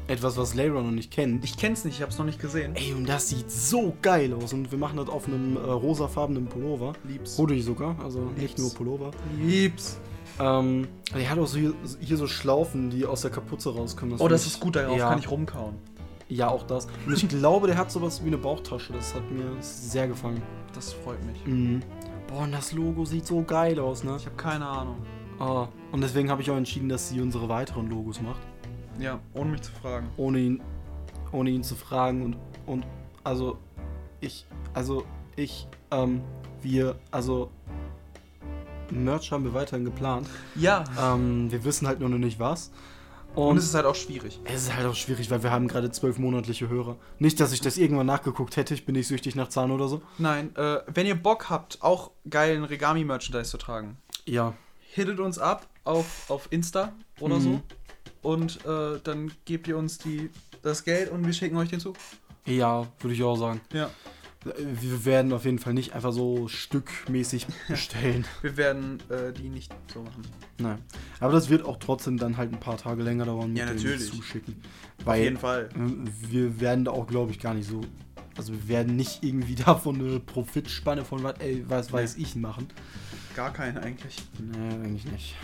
Etwas, was Layra noch nicht kennt. Ich kenn's nicht, ich hab's noch nicht gesehen. Ey, und das sieht so geil aus. Und wir machen das auf einem äh, rosafarbenen Pullover. Lieb's. Hoodie sogar, also nicht Lieb's. nur Pullover. Lieb's. Oh, Ähm, und er hat auch so hier, hier so Schlaufen, die aus der Kapuze rauskommen. Oh, das find ist gut, darauf Ja. kann ich rumkauen. ich, Ja, auch das. Und ich glaube, der hat sowas wie eine Bauchtasche. Das hat mir sehr gefallen. Das freut mich. Mhm. Boah, und das Logo sieht so geil aus, ne? Ich habe keine Ahnung. Ah, und deswegen habe ich auch entschieden, dass sie unsere weiteren Logos macht. Ja, ohne mich zu fragen. ohne ihn, ohne ihn zu fragen und, und also ich, also ich, ähm, wir, also Merch haben wir weiterhin geplant. Ja. Ähm, wir wissen halt nur noch nicht was. Und, Und es ist halt auch schwierig. halt auch schwierig, weil wir haben gerade zwölf monatliche Hörer. Nicht, dass ich das irgendwann nachgeguckt hätte, ich bin nicht süchtig nach Zahn oder so. Nein, äh, wenn ihr Bock habt, auch geilen Regami-Merchandise zu tragen, Ja. hittet uns ab auf, auf Insta oder Mhm. so. Und äh, dann gebt ihr uns die, das Geld und wir schicken euch den zu. Ja, würde ich auch sagen. Ja. Wir werden auf jeden Fall nicht einfach so stückmäßig bestellen. Wir werden äh, die nicht so machen. Nein. Aber das wird auch trotzdem dann halt ein paar Tage länger dauern, mit Ja, dem natürlich. zuschicken. Auf Weil ähm, jeden Fall. wir werden da auch, glaube ich, gar nicht so. Also wir werden nicht irgendwie davon eine Profitspanne von was, ey, was weiß ich machen. Gar keinen eigentlich. Nee, eigentlich nicht.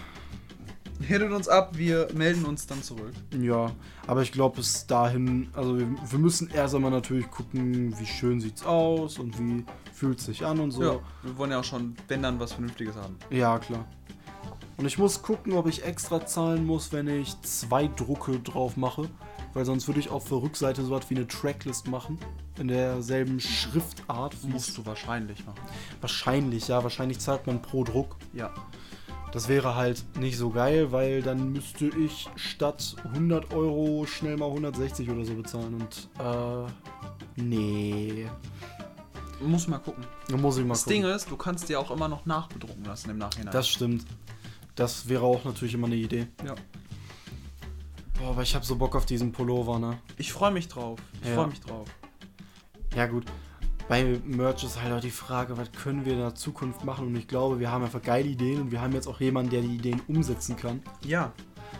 Hittet uns ab, wir melden uns dann zurück. Ja, aber ich glaube bis dahin, also wir, wir müssen erst einmal natürlich gucken, wie schön sieht's aus und wie fühlt sich an und so. Ja, wir wollen ja auch schon, wenn dann, was Vernünftiges haben. Ja, klar. Und ich muss gucken, ob ich extra zahlen muss, wenn ich zwei Drucke drauf mache. Weil sonst würde ich auf der Rückseite sowas wie eine Tracklist machen. In derselben Schriftart. wie es- Musst du wahrscheinlich machen. Wahrscheinlich, ja. Wahrscheinlich zahlt man pro Druck. Ja. Das wäre halt nicht so geil, weil dann müsste ich statt 100 Euro schnell mal 160 oder so bezahlen. Und, äh, nee. Muss mal gucken. Da muss ich mal Das gucken. Ding ist, du kannst dir auch immer noch nachbedrucken lassen im Nachhinein. Das stimmt. Das wäre auch natürlich immer eine Idee. ja. Boah, aber ich hab so Bock auf diesen Pullover, ne? Ich freue mich drauf. Ich Ja. freue mich drauf. Ja, gut. Bei Merch ist halt auch die Frage, was können wir in der Zukunft machen? Und ich glaube, wir haben einfach geile Ideen und wir haben jetzt auch jemanden, der die Ideen umsetzen kann. Ja.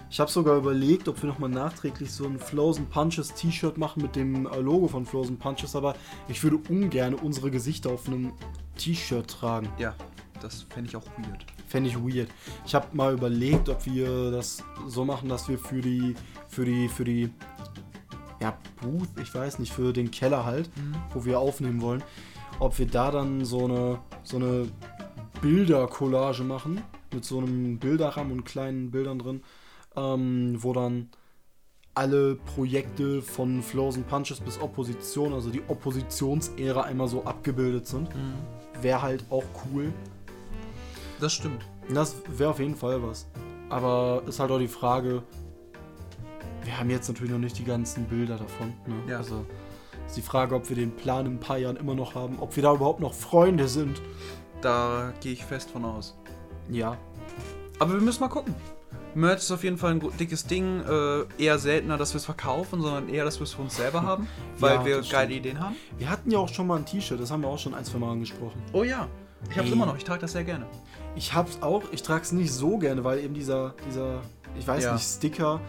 Ich habe sogar überlegt, ob wir nochmal nachträglich so ein Flows and Punches T-Shirt machen mit dem äh, Logo von Flows and Punches, aber ich würde ungern unsere Gesichter auf einem T-Shirt tragen. Ja. Das fände ich auch weird. Fände ich weird. Ich habe mal überlegt, ob wir das so machen, dass wir für die, für die, für die, ja, Booth, ich weiß nicht, für den Keller halt, wo wir aufnehmen wollen, ob wir da dann so eine, so eine Bildercollage machen, mit so einem Bilderrahmen und kleinen Bildern drin, ähm, wo dann alle Projekte von Flows and Punches bis Opposition, also die Oppositionsära einmal so abgebildet sind. Wäre halt auch cool. Das stimmt. Das wäre auf jeden Fall was. Aber ist halt auch die Frage, wir haben jetzt natürlich noch nicht die ganzen Bilder davon. Ne? Ja. Also ist die Frage, ob wir den Plan in ein paar Jahren immer noch haben, ob wir da überhaupt noch Freunde sind. Da gehe ich fest von aus. Ja. Aber wir müssen mal gucken. Merch ist auf jeden Fall ein gut- dickes Ding. Äh, eher seltener, dass wir es verkaufen, sondern eher, dass wir es für uns selber haben, weil Ja, wir das geile stimmt. Ideen haben. Wir hatten ja auch schon mal ein T-Shirt, das haben wir auch schon ein, zwei Mal angesprochen. Oh ja. Ich habe es Ey. immer noch. Ich trage das sehr gerne. Ich hab's auch, ich trag's nicht so gerne, weil eben dieser, dieser, ich weiß Ja. nicht, Sticker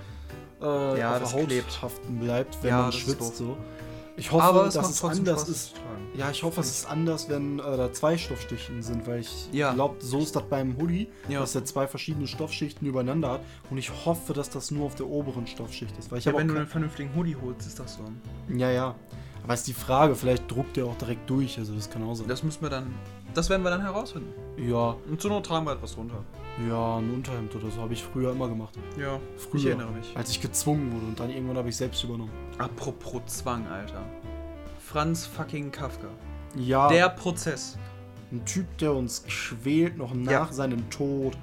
äh, Ja, auf das der Haut klebt. haften bleibt, wenn Ja, man das ist doof. schwitzt so. Ich hoffe, Aber es dass macht es trotzdem anders Spaß ist. zu tragen. Ja, ich hoffe, es ist anders, wenn äh, da zwei Stoffschichten sind, weil ich Ja. glaube, so ist das beim Hoodie, Ja. dass er zwei verschiedene Stoffschichten übereinander hat. Und ich hoffe, dass das nur auf der oberen Stoffschicht ist. Weil ich Ja, hab wenn auch du einen vernünftigen Hoodie holst, ist das so. kein- ja, ja. Aber ist die Frage, vielleicht druckt er auch direkt durch, also das kann auch sein. Das müssen wir dann. Das werden wir dann herausfinden. Ja, Und zur Not tragen wir etwas runter. ja, ein Unterhemd oder so habe ich früher immer gemacht. Ja, Früher, ich erinnere mich. Als ich gezwungen wurde und dann irgendwann habe ich selbst übernommen. Apropos Zwang, Alter. Franz fucking Kafka. Ja, Der Prozess. ein Typ, der uns quält noch nach Ja. seinem Tod.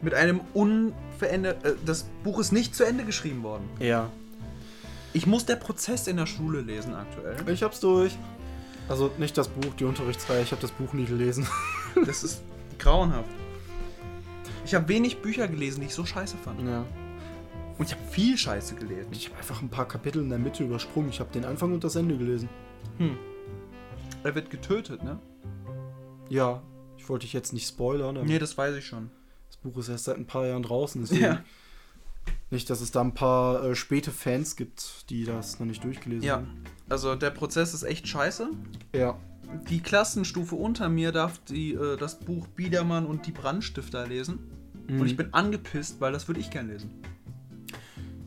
Mit einem unveränder... Äh, das Buch ist nicht zu Ende geschrieben worden. Ja. Ich muss der Prozess in der Schule lesen aktuell. Ich hab's durch. Also nicht das Buch, die Unterrichtsreihe. Ich habe das Buch nie gelesen. Das ist grauenhaft. Ich habe wenig Bücher gelesen, die ich so scheiße fand. Ja. Und ich habe viel Scheiße gelesen. Ich habe einfach ein paar Kapitel in der Mitte übersprungen. Ich habe den Anfang und das Ende gelesen. Er wird getötet, ne? Ja. Ich wollte dich jetzt nicht spoilern, aber Nee, das weiß ich schon. das Buch ist erst seit ein paar Jahren draußen. Deswegen nicht, dass es da ein paar äh, späte Fans gibt, die das noch nicht durchgelesen Ja. haben. Also der Prozess ist echt scheiße. Ja. Die Klassenstufe unter mir darf die, äh, das Buch Biedermann und die Brandstifter lesen. Mhm. Und ich bin angepisst, weil das würde ich gern lesen.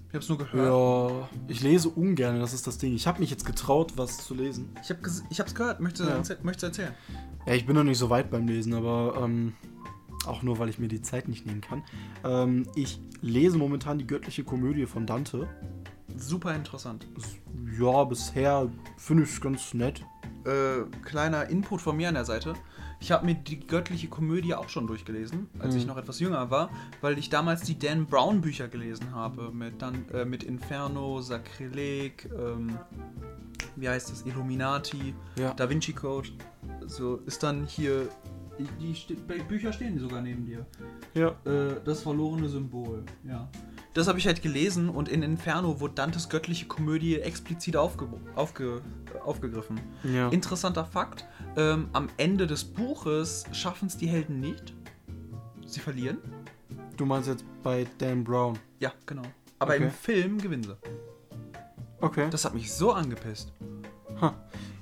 Ich habe es nur gehört. Ja, ich lese ungern, das ist das Ding. Ich habe mich jetzt getraut, was zu lesen. Ich habe es gehört. Möchtest du Ja. erzäh- möchtest du erzählen? Ja, ich bin noch nicht so weit beim Lesen, aber ähm, auch nur, weil ich mir die Zeit nicht nehmen kann. Ähm, ich lese momentan die göttliche Komödie von Dante. Super interessant. Ist- Ja, bisher finde ich es ganz nett. äh, kleiner Input von mir an der Seite. Ich habe mir die göttliche Komödie auch schon durchgelesen, als ich Mhm. noch etwas jünger war, weil ich damals die Dan Brown Bücher gelesen habe mit dann äh, mit Inferno, Sakrileg, ähm, wie heißt das Illuminati, Ja. Da Vinci Code. So ist dann hier die, die ste- Bücher stehen sogar neben dir ja. äh, das verlorene Symbol, ja. Das habe ich halt gelesen und in Inferno wurde Dantes göttliche Komödie explizit aufge aufge aufgegriffen. Ja. Interessanter Fakt: ähm, Am Ende des Buches schaffen es die Helden nicht. Sie verlieren. Du meinst jetzt bei Dan Brown. Ja, genau. Aber Okay. im Film gewinnen sie. Okay. Das hat mich so angepisst.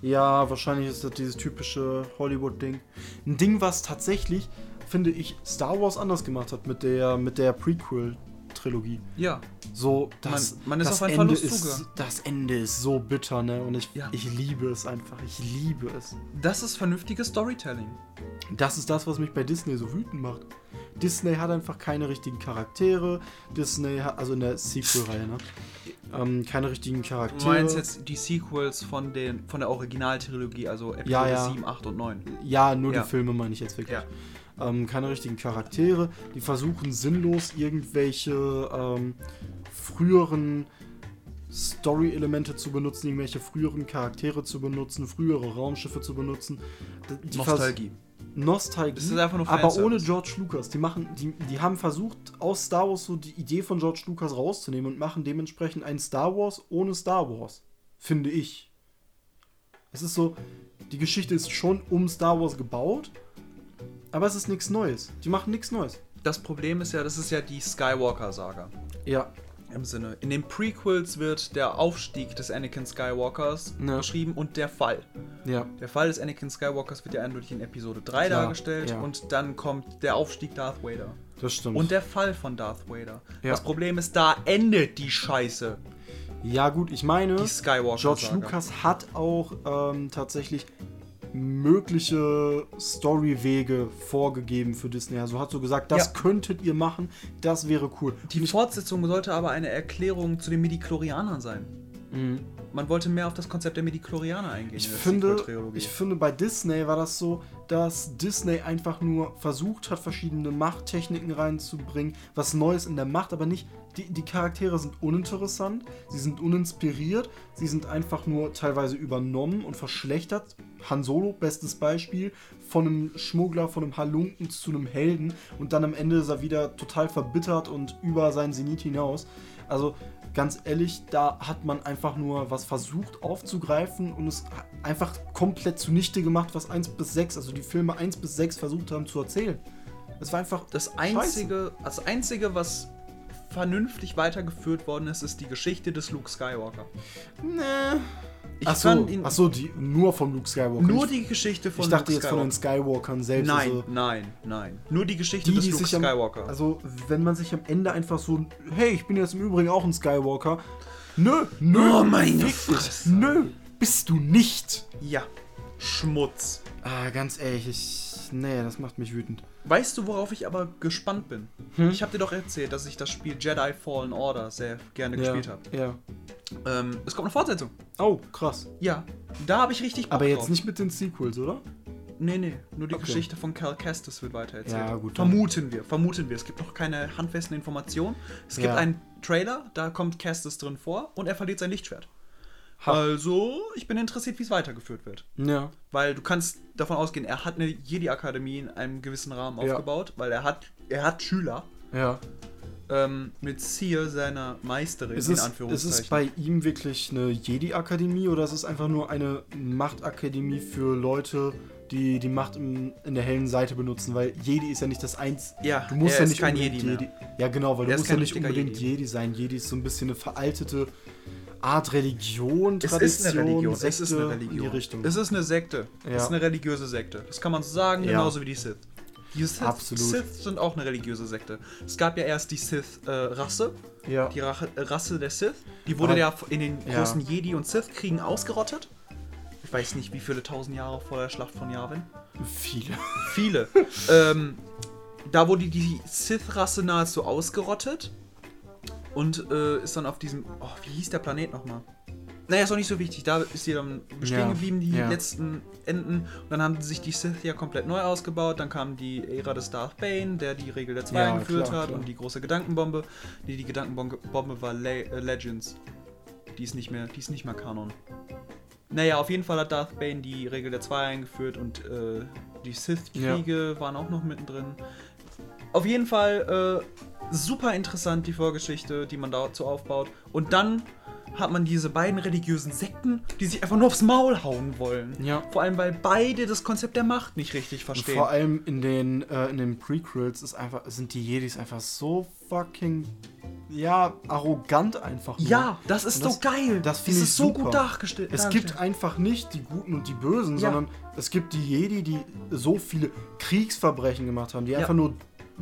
Ja, wahrscheinlich ist das dieses typische Hollywood-Ding. Ein Ding, was tatsächlich, finde ich, Star Wars anders gemacht hat mit der, mit der Prequel-Trilogie. Ja, So, das, Man- man ist das auf einen Ende Verlust ist, zugegangen. Das Ende ist so bitter, ne? Und ich, Ja. ich liebe es einfach. Ich liebe es. das ist vernünftiges Storytelling. Das ist das, was mich bei Disney so wütend macht. Disney hat einfach keine richtigen Charaktere. Disney hat, also in der Sequel-Reihe, ne? Ähm, keine richtigen Charaktere. Du meinst jetzt die Sequels von, den, von der Originaltrilogie, also Episode Ja, ja. 7, 8 und 9. Ja, nur Ja. die Filme meine ich jetzt wirklich. Ähm, keine richtigen Charaktere. Die versuchen sinnlos irgendwelche ähm, früheren Story-Elemente zu benutzen, irgendwelche früheren Charaktere zu benutzen, frühere Raumschiffe zu benutzen. D- Die vers- Nostalgie. Nostalgie. Das ist einfach nur aber Fanservice. ohne George Lucas. Die, machen, die, die haben versucht, aus Star Wars so die Idee von George Lucas rauszunehmen und machen dementsprechend ein Star Wars ohne Star Wars. Finde ich. Es ist so, die Geschichte ist schon um Star Wars gebaut, aber es ist nichts Neues. Die machen nichts Neues. Das Problem ist ja, das ist ja die Skywalker-Saga. Ja. Im Sinne. In den Prequels wird der Aufstieg des Anakin Skywalkers Ja. beschrieben und der Fall. Ja. Der Fall des Anakin Skywalkers wird ja eindeutig in Episode 3 Klar, dargestellt ja. und dann kommt der Aufstieg Darth Vader. Das stimmt. Und der Fall von Darth Vader. Ja. Das Problem ist, da endet die Scheiße. ja, gut, ich meine. Die Skywalker. George Lucas hat auch ähm, tatsächlich mögliche Storywege vorgegeben für Disney. Also hat so gesagt, das Ja. könntet ihr machen, das wäre cool. Die Fortsetzung sollte aber eine Erklärung zu den Midichlorianern sein. Mhm. Man wollte mehr auf das Konzept der Midichlorianer eingehen. Ich in der finde, Sequel-Trilogie. ich finde, bei Disney war das so, dass Disney einfach nur versucht hat, verschiedene Machttechniken reinzubringen, was Neues in der Macht, aber nicht. Die, die Charaktere sind uninteressant, sie sind uninspiriert, sie sind einfach nur teilweise übernommen und verschlechtert. Han Solo, bestes Beispiel, von einem Schmuggler, von einem Halunken zu einem Helden und dann am Ende ist er wieder total verbittert und über seinen Senit hinaus. Also ganz ehrlich, da hat man einfach nur was versucht aufzugreifen und es einfach komplett zunichte gemacht, was 1 bis 6, also die Filme 1 bis 6 versucht haben zu erzählen. Es war einfach Das einzige, das einzige, was vernünftig weitergeführt worden ist, ist die Geschichte des Luke Skywalker. Nee. Ich Ach so, fand ihn ach so, die nur von Luke Skywalker. nur ich, die Geschichte von ich dachte Luke jetzt von den Skywalker. Skywalkern selbst. Nein, also nein, nein. Nur die Geschichte die, des die Luke sich am, Skywalker. also wenn man sich am Ende einfach so, hey, ich bin jetzt im Übrigen auch ein Skywalker. Nö, nö, Oh, meine fick dich, Fresse. nö, bist du nicht. ja. Schmutz. Ah, ganz ehrlich, ich, nee, das macht mich wütend. Weißt du, worauf ich aber gespannt bin? Hm? Ich habe dir doch erzählt, dass ich das Spiel Jedi Fallen Order sehr gerne gespielt habe. Ja. Ähm, es kommt eine Fortsetzung. Oh, krass. Ja, da habe ich richtig Bock Aber drauf. jetzt nicht mit den Sequels, oder? Nee, nee, nur die Okay. Geschichte von Cal Kestis wird weitererzählt. Ja, gut, dann- Vermuten wir, vermuten wir. Es gibt noch keine handfesten Informationen. Es gibt Ja. einen Trailer, da kommt Kestis drin vor und er verliert sein Lichtschwert. Ha. Also, ich bin interessiert, wie es weitergeführt wird. Ja. Weil du kannst davon ausgehen, er hat eine Jedi-Akademie in einem gewissen Rahmen Ja. aufgebaut, weil er hat, er hat Schüler Ja. ähm, mit Seer seiner Meisterin, Ist in es, ist Anführungszeichen. es bei ihm wirklich eine Jedi-Akademie oder ist es einfach nur eine Machtakademie für Leute, die die Macht im, in der hellen Seite benutzen? Weil Jedi ist ja nicht das eins. Ja, du musst er ja ist nicht kein unbedingt Jedi mehr. Ja, genau, weil Er du ist musst ja kein nicht richtiger unbedingt Jedi. Jedi. sein. Jedi ist so ein bisschen eine veraltete Art Religion, Es Tradition, ist eine Religion. Sekte es ist eine in die Religion. Richtung. Es ist eine Sekte. Ja. Es ist eine religiöse Sekte. Das kann man so sagen, Ja. genauso wie die Sith. Die Sith, Absolut. Sith sind auch eine religiöse Sekte. Es gab ja erst die Sith-Rasse, ja. die Rache, äh, Rasse der Sith. Die wurde Aber- ja in den Ja. großen Jedi- und Sith-Kriegen ausgerottet. Ich weiß nicht, wie viele tausend Jahre vor der Schlacht von Yavin. Viele. Viele. ähm, da wurde die Sith-Rasse nahezu ausgerottet und äh, ist dann auf diesem. Oh, wie hieß der Planet nochmal? Naja, ist auch nicht so wichtig. Da ist sie dann bestehen Ja, geblieben, die ja. letzten Enden. Und dann haben sich die Sith ja komplett neu ausgebaut. Dann kam die Ära des Darth Bane, der die Regel der Zwei Ja, eingeführt klar, hat klar. und die große Gedankenbombe. Die, die Gedankenbombe Bombe war Le äh, Legends. Die ist nicht mehr, die ist nicht mehr Kanon. Naja, auf jeden Fall hat Darth Bane die Regel der Zwei eingeführt und äh, die Sith-Kriege waren auch noch mittendrin. Auf jeden Fall äh, super interessant die Vorgeschichte, die man dazu aufbaut. Und dann hat man diese beiden religiösen Sekten, die sich einfach nur aufs Maul hauen wollen. Ja. Vor allem, weil beide das Konzept der Macht nicht richtig Und verstehen. vor allem in den, äh, in den Prequels ist einfach, sind die Jedis einfach so fucking, ja, arrogant einfach. Nur. ja, das ist Und das- so geil. das es finde ich ist so super. gut dargestellt. Es gibt einfach nicht die Guten und die Bösen, Ja. sondern es gibt die Jedi, die so viele Kriegsverbrechen gemacht haben, die Ja. einfach nur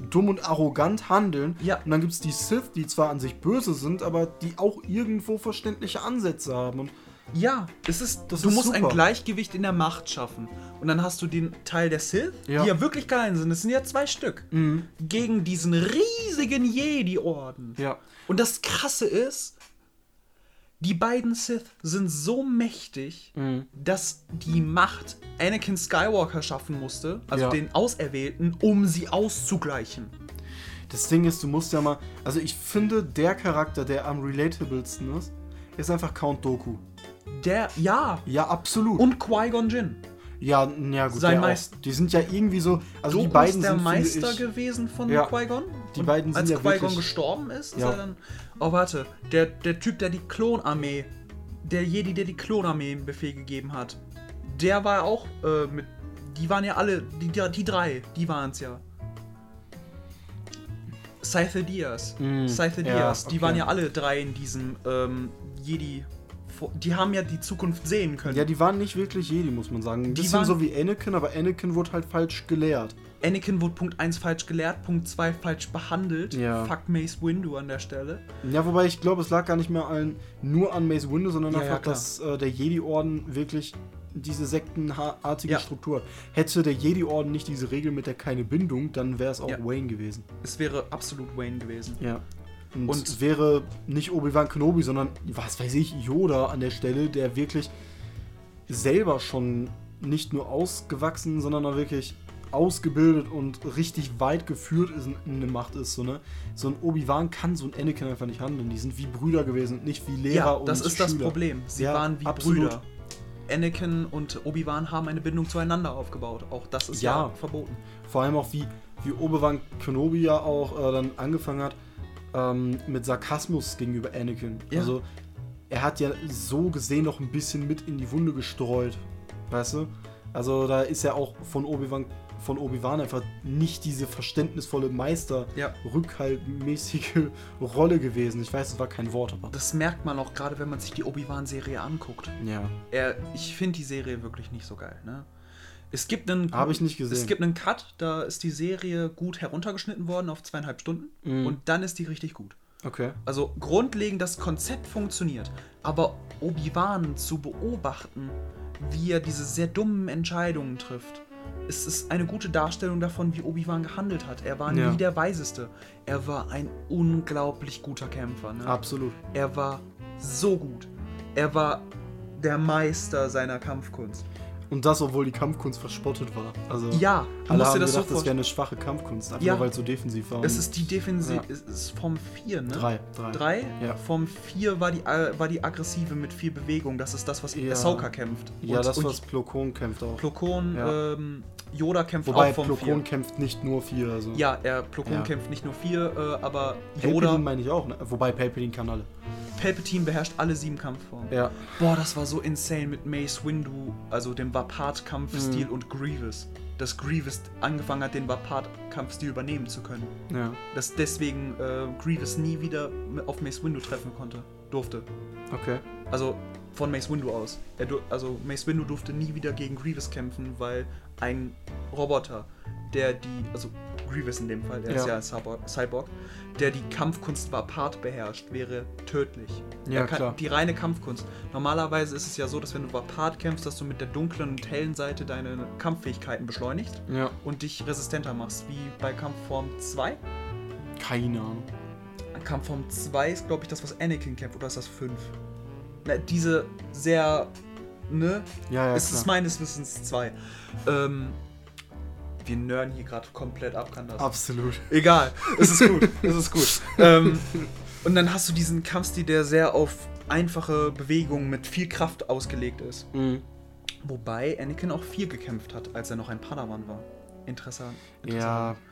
dumm und arrogant handeln. Ja. Und dann gibt es die Sith, die zwar an sich böse sind, aber die auch irgendwo verständliche Ansätze haben. Und Ja, es ist, Das du ist musst ein super. Gleichgewicht in der Macht schaffen. Und dann hast du den Teil der Sith, Ja. Mhm. die ja wirklich geil sind. Es sind ja zwei Stück. Gegen diesen riesigen Jedi-Orden. ja. Und das Krasse ist, die beiden Sith sind so mächtig, Mhm. dass die Macht Anakin Skywalker schaffen musste, also Ja. den Auserwählten, um sie auszugleichen. Das Ding ist, du musst ja mal. Also ich finde, der Charakter, der am relatablesten ist, ist einfach Count Doku. Der, ja, Ja, absolut. und Qui-Gon Jinn. ja, n- ja gut. Sein der auch. Meister. Die sind ja irgendwie so. Also Doku die beiden ist der sind finde Meister ich, gewesen von Ja. Qui-Gon. Die Und beiden sind Als ja Qui-Gon wirklich- gestorben ist, ist Ja. er dann. Oh, warte. Der, der Typ, der die Klonarmee. Der Jedi, der die Klonarmee im Befehl gegeben hat. Der war auch äh, mit. Die waren ja alle. Die, die, die drei. Die waren es ja. Scythe Diaz. Mm, Scythe ja, Diaz. Die okay. waren ja alle drei in diesem ähm, Jedi. Die haben ja die Zukunft sehen können. Ja, die waren nicht wirklich Jedi, muss man sagen. Ein Die bisschen waren- so wie Anakin, aber Anakin wurde halt falsch gelehrt. Anakin wurde Punkt 1 falsch gelehrt, Punkt 2 falsch behandelt. Ja. Fuck Mace Windu an der Stelle. Ja, wobei ich glaube, es lag gar nicht mehr an, nur an Mace Windu, sondern Ja, ja, einfach, klar. dass äh, der Jedi-Orden wirklich diese sektenartige Ja. Struktur hat. Hätte der Jedi-Orden nicht diese Regel mit der keine Bindung, dann wäre es auch Ja. Wayne gewesen. Es wäre absolut Wayne gewesen. Ja. Und, Und- es wäre nicht Obi-Wan Kenobi, sondern, was weiß ich, Yoda an der Stelle, der wirklich selber schon nicht nur ausgewachsen, sondern auch wirklich ausgebildet und richtig weit geführt ist in, in der Macht ist. So, ne? so ein Obi-Wan kann so ein Anakin einfach nicht handeln. Die sind wie Brüder gewesen und nicht wie Lehrer Ja, und das ist das Schüler. Problem. Sie Ja, waren wie absolut. Brüder. Anakin und Obi-Wan haben eine Bindung zueinander aufgebaut. Auch das ist ja, Ja. verboten. Vor allem auch wie, wie Obi-Wan Kenobi ja auch äh, dann angefangen hat ähm, mit Sarkasmus gegenüber Anakin. Ja. Also er hat ja so gesehen noch ein bisschen mit in die Wunde gestreut. Weißt du? Also da ist ja auch von Obi-Wan von Obi-Wan einfach nicht diese verständnisvolle Meister Ja. rückhaltmäßige Rolle gewesen. Ich weiß, es war kein Wort, aber Das merkt man auch gerade, wenn man sich die Obi-Wan-Serie anguckt. ja, Er, ich finde die Serie wirklich nicht so geil. Ne? Es gibt einen. habe ich nicht gesehen. Es gibt einen Cut, da ist die Serie gut heruntergeschnitten worden auf zweieinhalb Stunden. Mhm. Und dann ist die richtig gut. okay. Also grundlegend das Konzept funktioniert, aber Obi-Wan zu beobachten, wie er diese sehr dummen Entscheidungen trifft, es ist eine gute Darstellung davon, wie Obi-Wan gehandelt hat. Er war Ja. nie der Weiseste. Er war ein unglaublich guter Kämpfer. Ne? Absolut. Er war so gut. Er war der Meister seiner Kampfkunst. Und das, obwohl die Kampfkunst verspottet war. Also, Ja, du alle musst dir haben gedacht, das so das wäre vorstellen. eine schwache Kampfkunst, einfach Ja. nur weil es so defensiv war. Das und- ist die Defensive, Ja. es ist Form 4, ne? Drei, drei. 3? Ja. Form 4 war die, äh, war die aggressive mit viel Bewegung. Das ist das, was Ja. Ahsoka kämpft. Ja, Und- das, und was Plo Koon kämpft auch. Plokon, Ja. ähm, Yoda kämpft Wobei auch Form Plo Koon 4. kämpft nicht nur vier. Also. Ja, er, Plokon Ja. kämpft nicht nur 4, äh, aber Yoda, Palpatine meine ich auch, ne? Wobei Palpatine kann alle. Palpatine beherrscht alle sieben Kampfformen. Ja. Boah, das war so insane mit Mace Windu, also dem Vapat-Kampfstil Mhm. und Grievous. Dass Grievous angefangen hat, den Vapat-Kampfstil übernehmen zu können. Ja. Dass deswegen äh, Grievous nie wieder auf Mace Windu treffen konnte, durfte. Okay. Also von Mace Windu aus. Er dur- also Mace Windu durfte nie wieder gegen Grievous kämpfen, weil ein Roboter, der die, also Grievous in dem Fall, er ist Ja. ja ein Cyborg, Cyborg, der die Kampfkunst Vapat beherrscht, wäre tödlich. Ja, er kann, klar. Die reine Kampfkunst. Normalerweise ist es ja so, dass wenn du Vapat kämpfst, dass du mit der dunklen und hellen Seite deine Kampffähigkeiten beschleunigst Ja. und dich resistenter machst, wie bei Kampfform 2. Keine Ahnung. Kampfform 2 ist, glaube ich, das, was Anakin kämpft, oder ist das 5? Na, diese sehr, ne? Ja, ja. es klar. ist meines Wissens 2. Ähm, wir nörden hier gerade komplett ab, kann das. Absolut. Egal, es ist gut, es ist gut. Ähm, und dann hast du diesen Kampfstil, der sehr auf einfache Bewegungen mit viel Kraft ausgelegt ist. Wobei Anakin auch 4 gekämpft hat, als er noch ein Padawan war. Interessant. interessant. Ja.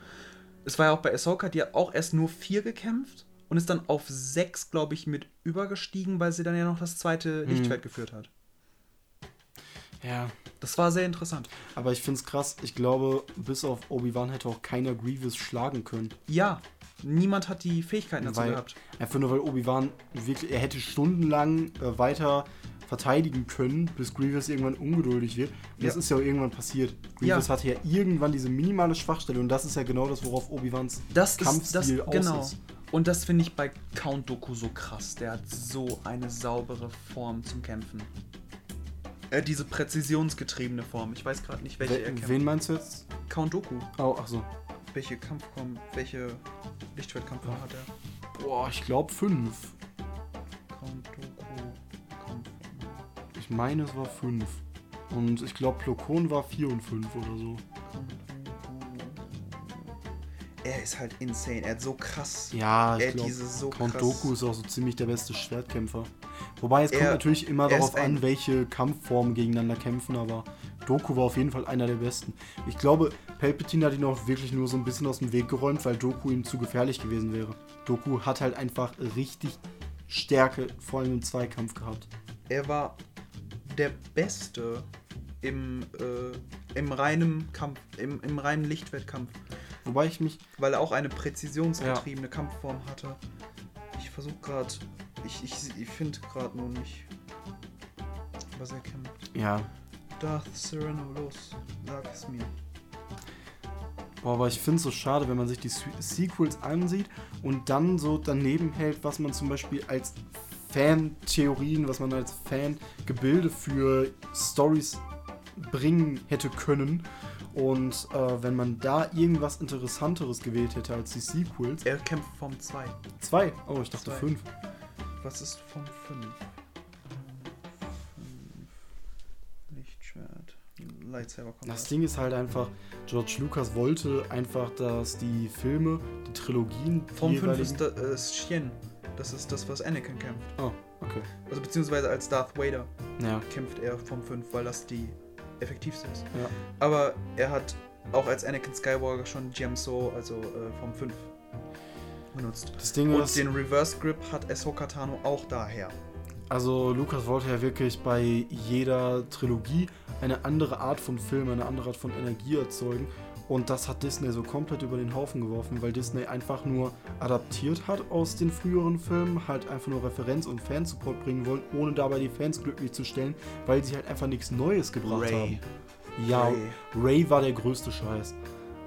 Es war ja auch bei Ahsoka, die hat auch erst nur vier gekämpft und ist dann auf sechs, glaube ich, mit übergestiegen, weil sie dann ja noch das Hm. zweite Lichtschwert geführt hat. Ja. Das war sehr interessant. Aber ich find's krass. Ich glaube, bis auf Obi-Wan hätte auch keiner Grievous schlagen können. Ja, niemand hat die Fähigkeiten dazu Weil, gehabt. einfach nur weil Obi-Wan wirklich, er hätte stundenlang äh, weiter verteidigen können, bis Grievous irgendwann ungeduldig wird. Und das Ja. ist ja auch irgendwann passiert. Grievous Ja. hatte ja irgendwann diese minimale Schwachstelle und das ist ja genau das, worauf Obi-Wans Das ist das Kampfstil aus genau. ist. Und das finde ich bei Count Doku so krass. Der hat so eine saubere Form zum Kämpfen. Äh, diese präzisionsgetriebene Form. Ich weiß gerade nicht, welche er Wel- kämpft. Wen meinst du jetzt? Count Doku. Oh, ach so. Welche Kampfform, welche Lichtschwertkampfform hat er? Boah, ich glaube fünf. Count Doku. Kampfform. Ich meine, es war fünf. Und ich glaube, Plokon war vier und fünf oder so. Er ist halt insane. Er hat so krass. Ja, Ey, ich glaube, diese so Count krass- Doku ist auch so ziemlich der beste Schwertkämpfer. Wobei, es kommt Er- natürlich immer er ist darauf ein- an, welche Kampfformen gegeneinander kämpfen, aber Doku war auf jeden Fall einer der besten. Ich glaube, Palpatine hat ihn auch wirklich nur so ein bisschen aus dem Weg geräumt, weil Doku ihm zu gefährlich gewesen wäre. Doku hat halt einfach richtig Stärke, vor allem im Zweikampf gehabt. Er war der Beste im, äh, im reinen Kampf, im, im reinen Lichtwertkampf, Wobei ich mich weil er auch eine präzisionsgetriebene Kampfform hatte. Ich versuche gerade. Ich, ich, ich finde gerade nur nicht, was er kämpft. Ja. Darth Sereno, los, sag es mir. Boah, aber ich finde es so schade, wenn man sich die Se Sequels ansieht und dann so daneben hält, was man zum Beispiel als Fan-Theorien, was man als Fan-Gebilde für Stories bringen hätte können. Und äh, wenn man da irgendwas Interessanteres gewählt hätte als die Sequels. Er kämpft Form 2. Zwei. Oh, ich dachte Zwei. fünf. Was ist Form 5? Lichtschwert. Lightsaber kommt. Das Ding ist halt einfach, George Lucas wollte einfach, dass die Filme, die Trilogien. die Form 5 jeweiligen- ist, da, äh, ist Shen. Das ist das, was Anakin kämpft. Oh, okay. Also beziehungsweise als Darth Vader Ja. kämpft er Form 5, weil das die effektivste ist. Ja. Aber er hat auch als Anakin Skywalker schon Gemso, also äh, Form 5, benutzt. Das Ding Und ist. den Reverse Grip hat Ahsoka Tano auch daher. Also Lukas wollte ja wirklich bei jeder Trilogie eine andere Art von Film, eine andere Art von Energie erzeugen. Und das hat Disney so komplett über den Haufen geworfen, weil Disney einfach nur adaptiert hat aus den früheren Filmen, halt einfach nur Referenz und Fansupport bringen wollen, ohne dabei die Fans glücklich zu stellen, weil sie halt einfach nichts Neues gebracht Ray. haben. Ja, Ray. Ray. Ray war der größte Scheiß.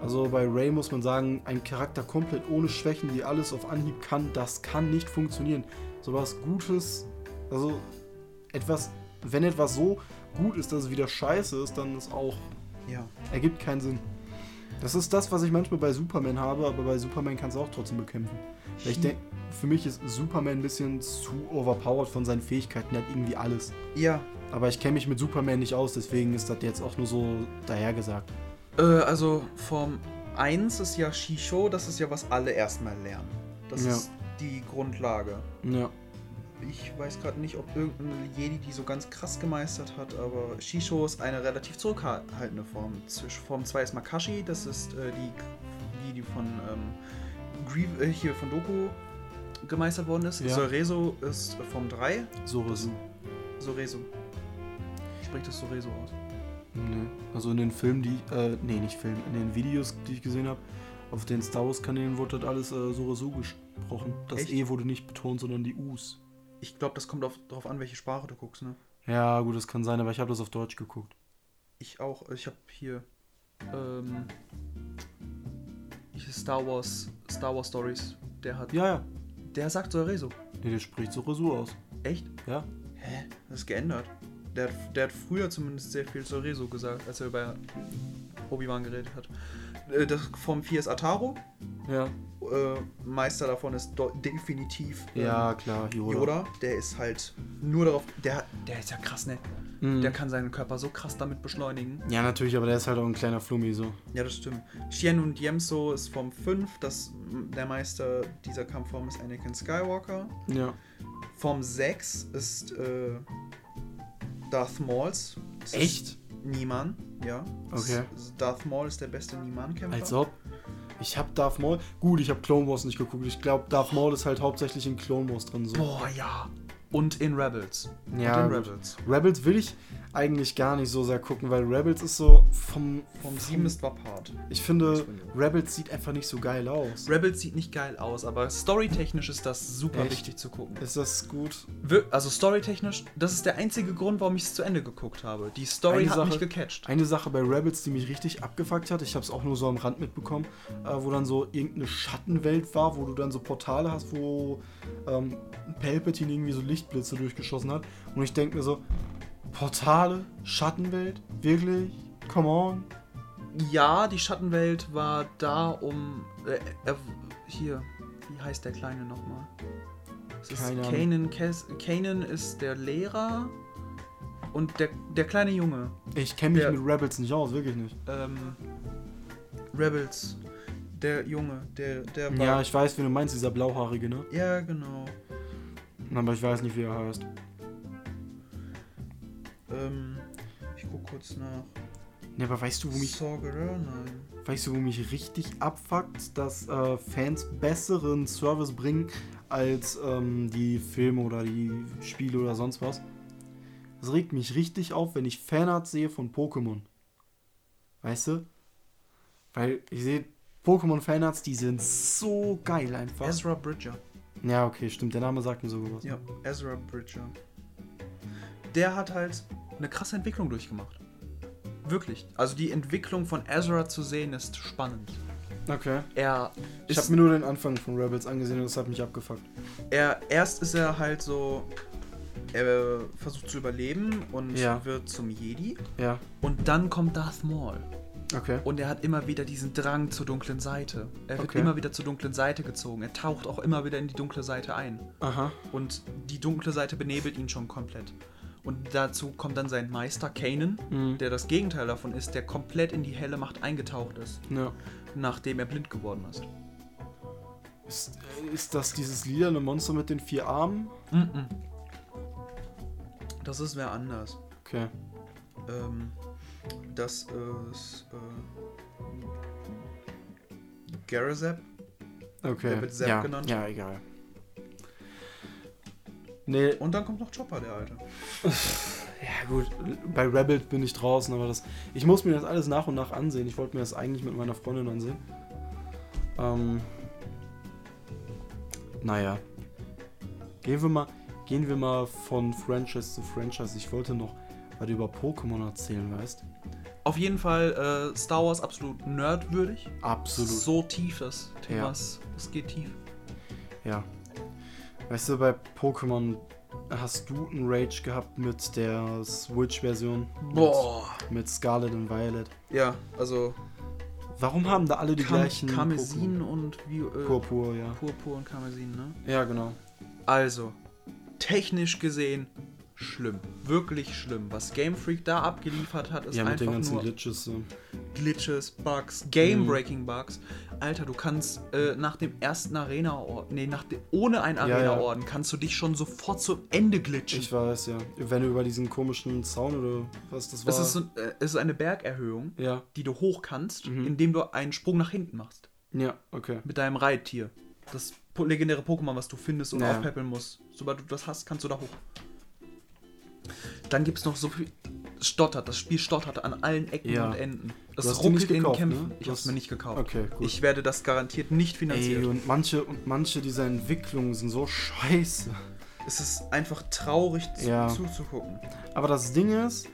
Also bei Ray muss man sagen, ein Charakter komplett ohne Schwächen, die alles auf Anhieb kann, das kann nicht funktionieren. Sowas Gutes, also etwas, wenn etwas so gut ist, dass es wieder scheiße ist, dann ist auch, Ja. ergibt keinen Sinn. Das ist das, was ich manchmal bei Superman habe, aber bei Superman kannst du auch trotzdem bekämpfen. Weil ich He- denk, für mich ist Superman ein bisschen zu overpowered von seinen Fähigkeiten. Er hat irgendwie alles. Ja. Aber ich kenne mich mit Superman nicht aus, deswegen ist das jetzt auch nur so dahergesagt. Äh, also Form 1 ist ja Shisho, das ist ja, was alle erstmal lernen. Das Ja. ist die Grundlage. Ja. Ich weiß gerade nicht, ob irgendein Jedi die so ganz krass gemeistert hat, aber Shisho ist eine relativ zurückhaltende Form. Zwisch- Form 2 ist Makashi, das ist äh, die, die, die von ähm, Grieve, äh, hier von Doku gemeistert worden ist. Ja. Sorezo ist äh, Form 3. So ist Sorezo. Spricht das Sorezo aus? Nee. Also in den Filmen, die. Äh, nee, nicht Filmen. In den Videos, die ich gesehen habe, auf den Star Wars-Kanälen wurde das alles äh, so so gesprochen. Das Echt? E wurde nicht betont, sondern die U's. Ich glaube, das kommt auf, drauf an, welche Sprache du guckst, ne? Ja, gut, das kann sein, aber ich habe das auf Deutsch geguckt. Ich auch. äh, Ich habe hier ähm, hier Star Wars Star Wars Stories. Der hat, Ja, ja. der sagt Sorezo. Nee, der spricht so so aus. Echt? Ja. Hä? Das ist geändert. Der hat, der hat früher zumindest sehr viel Sorezo gesagt, als er über Obi-Wan geredet hat. Äh, Das Form 4 ist Ataro. Ja. Äh, Meister davon ist do- definitiv ähm, Ja, klar, Yoda. Yoda. Der ist halt nur darauf. Der, der ist ja krass, ne? Mhm. Der kann seinen Körper so krass damit beschleunigen. Ja, natürlich, aber der ist halt auch ein kleiner Flummi so. Ja, das stimmt. Shien und Yemso ist Form 5. Das, der Meister dieser Kampfform ist Anakin Skywalker. Ja. Form 6 ist äh, Darth Mauls. Das ist Echt? Niman, ja. Das Okay. ist- Darth Maul ist der beste Niman-Kämpfer. Als ob. Ich hab Darth Maul. Gut, ich hab Clone Wars nicht geguckt. Ich glaube, Darth Maul ist halt hauptsächlich in Clone Wars drin so. Boah, ja. Und in Rebels. Ja, Und in gut. Rebels. Rebels will ich eigentlich gar nicht so sehr gucken, weil Rebels ist so vom. Form 7 ist Vapart. Ich finde, Rebels sieht einfach nicht so geil aus. Rebels sieht nicht geil aus, aber storytechnisch ist das super Echt? wichtig zu gucken. Ist das gut? Wir- Also storytechnisch, das ist der einzige Grund, warum ich es zu Ende geguckt habe. Die Story Eine hat mich Sache- gecatcht. Eine Sache bei Rebels, die mich richtig abgefuckt hat, ich habe es auch nur so am Rand mitbekommen, äh, wo dann so irgendeine Schattenwelt war, wo du dann so Portale hast, wo ähm, Palpatine irgendwie so Lichtblitze durchgeschossen hat. Und ich denke mir so, Portale, Schattenwelt, wirklich? Come on. Ja, die Schattenwelt war da, um. Äh, äh, hier, wie heißt der Kleine nochmal? Es ist Keine Kanan, Kes Kanan ist der Lehrer und der, der kleine Junge. Ich kenne mich Ja. mit Rebels nicht aus, wirklich nicht. Ähm, Rebels. Der Junge, der, der war. Ja, ich weiß, wen du meinst, dieser Blauhaarige, ne? ja, genau. Aber ich weiß nicht, wie er heißt. Ähm, ich guck kurz nach. Ne, aber weißt du, wo mich, Saw Gerrera? Nein. weißt du, wo mich richtig abfuckt, dass äh, Fans besseren Service bringen als ähm, die Filme oder die Spiele oder sonst was? Das regt mich richtig auf, wenn ich Fanart sehe von Pokémon. Weißt du? Weil ich sehe Pokémon-Fanarts, die sind so geil einfach. Ezra Bridger. Ja, okay, stimmt. Der Name sagt mir sogar was. Ja, Ezra Bridger. Der hat halt eine krasse Entwicklung durchgemacht. Wirklich. Also die Entwicklung von Ezra zu sehen ist spannend. Okay. Er Ich habe ist, mir nur den Anfang von Rebels angesehen und das hat mich abgefuckt. er erst ist er halt so er versucht zu überleben und Ja. wird zum Jedi Ja, und dann kommt Darth Maul okay. und er hat immer wieder diesen Drang zur dunklen Seite. Er wird Okay. immer wieder zur dunklen Seite gezogen. Er taucht auch immer wieder in die dunkle Seite ein. Aha. Und die dunkle Seite benebelt ihn schon komplett. Und dazu kommt dann sein Meister Kanan, Mhm. der das Gegenteil davon ist, der komplett in die helle Macht eingetaucht ist, Ja. nachdem er blind geworden ist. Ist, äh, ist das dieses lilane Monster mit den vier Armen? Mhm. Das ist wer anders. Okay. Ähm, das ist. Äh, Garazep. Okay. Der wird Sepp ja. genannt. Ja, egal. Nee, Und dann kommt noch Chopper, der Alte. ja gut, bei Rebels bin ich draußen, aber das. Ich muss mir das alles nach und nach ansehen. Ich wollte mir das eigentlich mit meiner Freundin ansehen. Ähm. Naja. Gehen wir mal, gehen wir mal von Franchise zu Franchise. Ich wollte noch was über Pokémon erzählen, weißt Auf jeden Fall äh, Star Wars absolut nerdwürdig. Absolut. So tief das Thema. Ja. ist. Es geht tief. Ja. Weißt du, bei Pokémon hast du einen Rage gehabt mit der Switch-Version. Mit, mit Scarlet und Violet. Ja, also Warum haben da alle die Kam gleichen Karmesin und wie, äh, Purpur. Purpur, ja. und Karmesin, ne? Ja, genau. Also, technisch gesehen schlimm. Wirklich schlimm. Was Game Freak da abgeliefert hat, ist ja, mit den ganzen Mhm. einfach nur Glitches. So. Glitches, Bugs, Game-Breaking Bugs. Alter, du kannst äh, nach dem ersten Arena-Orden, nee, nach dem, ohne einen Ja, ja. Arena-Orden, kannst du dich schon sofort zum Ende glitchen. Ich weiß, ja. Wenn du über diesen komischen Zaun oder was das war. es, ist so, ein- äh, es ist eine Bergerhöhung, ja. Mhm. die du hoch kannst, indem du einen Sprung nach hinten machst. Ja, okay. Mit deinem Reittier. Das po- legendäre Pokémon, was du findest und Ja. aufpäppeln musst. Sobald du das hast, kannst du da hoch. Dann gibt es noch so viel. Stottert, das Spiel stottert an allen Ecken Ja. und Enden. hast Das die nicht ruckelt in den gekauft, Kämpfen. ne? Ich Du hab's hast- mir nicht gekauft. Okay, gut. Ich werde das garantiert nicht finanzieren. Ey, und manche, und manche dieser Entwicklungen sind so scheiße. Es ist einfach traurig zu, Ja. zuzugucken. Aber das Ding ist,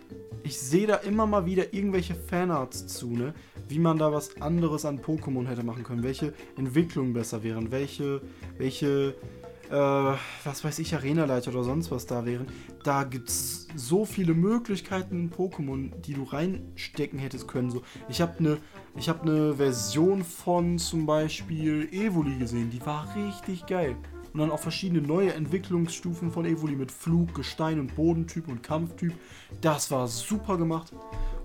ich sehe da immer mal wieder irgendwelche Fanarts zu, ne? Wie man da was anderes an Pokémon hätte machen können, welche Entwicklungen besser wären, welche, welche, äh, was weiß ich, Arenaleiter oder sonst was da wären. Da gibt's so viele Möglichkeiten in Pokémon, die du reinstecken hättest können. So, ich habe eine, ich habe eine Version von zum Beispiel Evoli gesehen, die war richtig geil. Und dann auch verschiedene neue Entwicklungsstufen von Evoli mit Flug, Gestein und Bodentyp und Kampftyp. Das war super gemacht.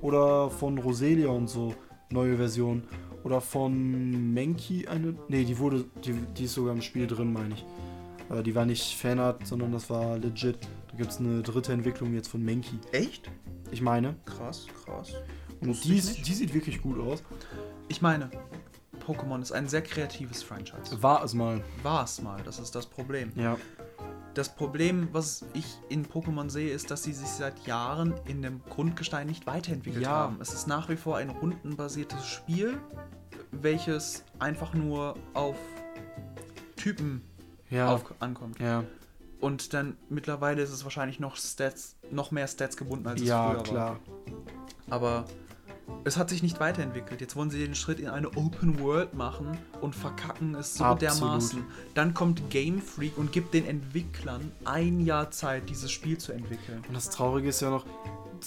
Oder von Roselia und so, neue Version. Oder von Menki eine. Nee, die wurde. Die, die ist sogar im Spiel drin, meine ich. Äh, die war nicht Fanart, sondern das war legit. Da gibt es eine dritte Entwicklung jetzt von Menki. Echt? Ich meine. Krass, krass. Und Wusste die, ich ist- nicht. die sieht wirklich gut aus. Ich meine, Pokémon ist ein sehr kreatives Franchise. War es mal. War es mal, das ist das Problem. Ja. Das Problem, was ich in Pokémon sehe, ist, dass sie sich seit Jahren in dem Grundgestein nicht weiterentwickelt Ja. haben. Es ist nach wie vor ein rundenbasiertes Spiel, welches einfach nur auf Typen Ja. auf, ankommt. ja. Und dann mittlerweile ist es wahrscheinlich noch Stats, noch mehr Stats gebunden, als es Ja, früher war. klar. Aber es hat sich nicht weiterentwickelt. Jetzt wollen sie den Schritt in eine Open World machen und verkacken es so Absolut. dermaßen. Dann kommt Game Freak und gibt den Entwicklern ein Jahr Zeit, dieses Spiel zu entwickeln. Und das Traurige ist ja noch,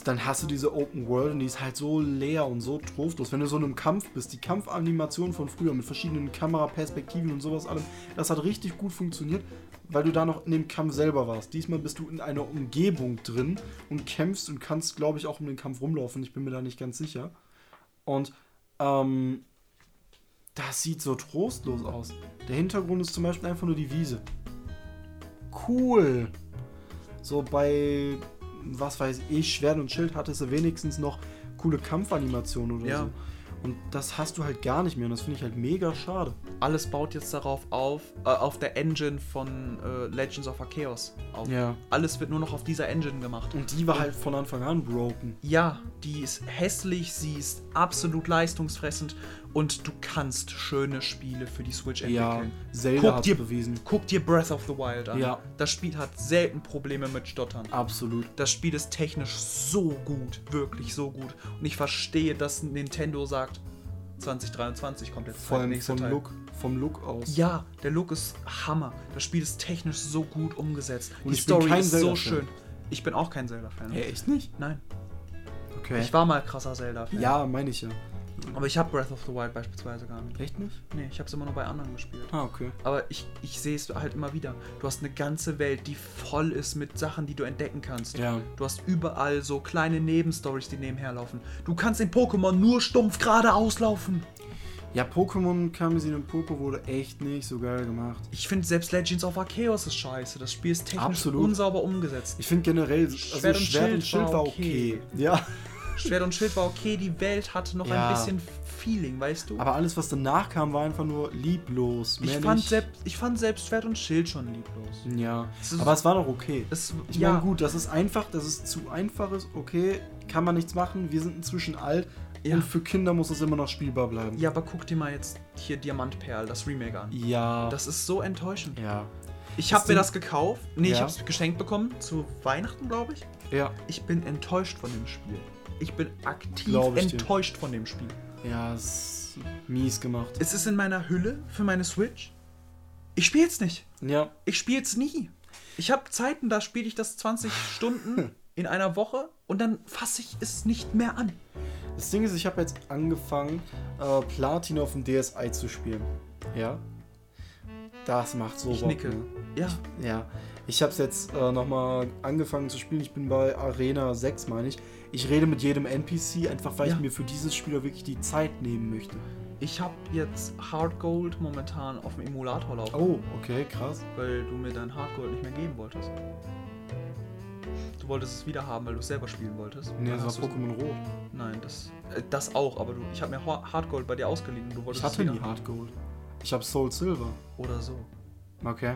dann hast du diese Open World und die ist halt so leer und so trostlos. Wenn du so in einem Kampf bist, die Kampfanimation von früher mit verschiedenen Kameraperspektiven und sowas allem, das hat richtig gut funktioniert, weil du da noch in dem Kampf selber warst. Diesmal bist du in einer Umgebung drin und kämpfst und kannst, glaube ich, auch um den Kampf rumlaufen. Ich bin mir da nicht ganz sicher. Und ähm, das sieht so trostlos aus. Der Hintergrund ist zum Beispiel einfach nur die Wiese. Cool. So bei, was weiß ich, Schwert und Schild hattest du wenigstens noch coole Kampfanimationen oder Ja. so. Und das hast du halt gar nicht mehr und das finde ich halt mega schade. Alles baut jetzt darauf auf, äh, auf der Engine von äh, Legends of Arceus auf. Ja. Alles wird nur noch auf dieser Engine gemacht. Und die war halt von Anfang an broken. Ja, die ist hässlich, sie ist absolut leistungsfressend und du kannst schöne Spiele für die Switch Ja, entwickeln. Zelda Guck hat dir- bewiesen. Guck dir Breath of the Wild an. Ja. Das Spiel hat selten Probleme mit Stottern. Absolut. Das Spiel ist technisch so gut, wirklich so gut. Und ich verstehe, dass Nintendo sagt, 2023 kommt jetzt Vor der allem nächste vom Teil. Look, vom Look aus. Ja, der Look ist Hammer. Das Spiel ist technisch so gut umgesetzt. Und Die ich bin Story kein ist so Zelda-Fan. schön. Ich bin auch kein Zelda-Fan. Hey, echt nicht? Nein, Okay. ich war mal krasser Zelda-Fan. ja, meine ich ja. Aber ich habe Breath of the Wild beispielsweise gar nicht. Echt nicht? Nee, ich habe es immer nur bei anderen gespielt. Ah, okay. Aber ich, ich sehe es halt immer wieder. Du hast eine ganze Welt, die voll ist mit Sachen, die du entdecken kannst. Ja. Du hast überall so kleine Nebenstories, die nebenher laufen. Du kannst in Pokémon nur stumpf geradeaus laufen. Ja, Pokémon Kamisin und Popo wurde echt nicht so geil gemacht. Ich finde selbst Legends of Arceus ist scheiße. Das Spiel ist technisch Absolut. unsauber umgesetzt. Ich finde generell, also Schwert und Schild, war okay. Ja. Schwert und Schild war okay, die Welt hatte noch Ja. ein bisschen Feeling, weißt du? Aber alles, was danach kam, war einfach nur lieblos. ich, mehr fand nicht. selbst, ich fand selbst Schwert und Schild schon lieblos. Ja. Es ist- Aber es war noch okay. Es, Ich meine, gut, das ist einfach, dass es zu einfach ist. Okay, kann man nichts machen. Wir sind inzwischen alt. Ja. Und für Kinder muss es immer noch spielbar bleiben. Ja, aber guck dir mal jetzt hier Diamantperl, das Remake an. Ja. Das ist so enttäuschend. ja. Ich Das habe mir Ding- das gekauft. Nee, ich Ja. habe es geschenkt bekommen zu Weihnachten, glaube ich. Ja. Ich bin enttäuscht von dem Spiel. Ich bin aktiv Glaub ich dir. enttäuscht von dem Spiel. Ja, ist mies gemacht. Es ist in meiner Hülle für meine Switch. Ich spiele es nicht. Ja. Ich spiele es nie. Ich habe Zeiten, da spiele ich das 20 Stunden in einer Woche und dann fasse ich es nicht mehr an. Das Ding ist, ich habe jetzt angefangen, äh, Platin auf dem DSi zu spielen. Ja. Das macht so Ich Bock, nicke. ne? Ja. Ja, ich habe es jetzt äh, nochmal angefangen zu spielen. Ich bin bei Arena 6, meine ich. Ich rede mit jedem NPC, einfach weil Ja. ich mir für dieses Spiel auch wirklich die Zeit nehmen möchte. Ich habe jetzt Hard Gold momentan auf dem Emulator laufen, Oh, okay, krass. weil du mir dein Hard Gold nicht mehr geben wolltest. Du wolltest es wieder haben, weil du es selber spielen wolltest. Nee, Dann das hast war du's- Pokémon Rot. Nein, das, äh, das auch, aber du, ich habe mir Ho- Hard Gold bei dir ausgeliehen und du Ich wolltest hatte es nie wieder haben. Hard Gold. Ich habe Soul Silver. Oder so. Okay.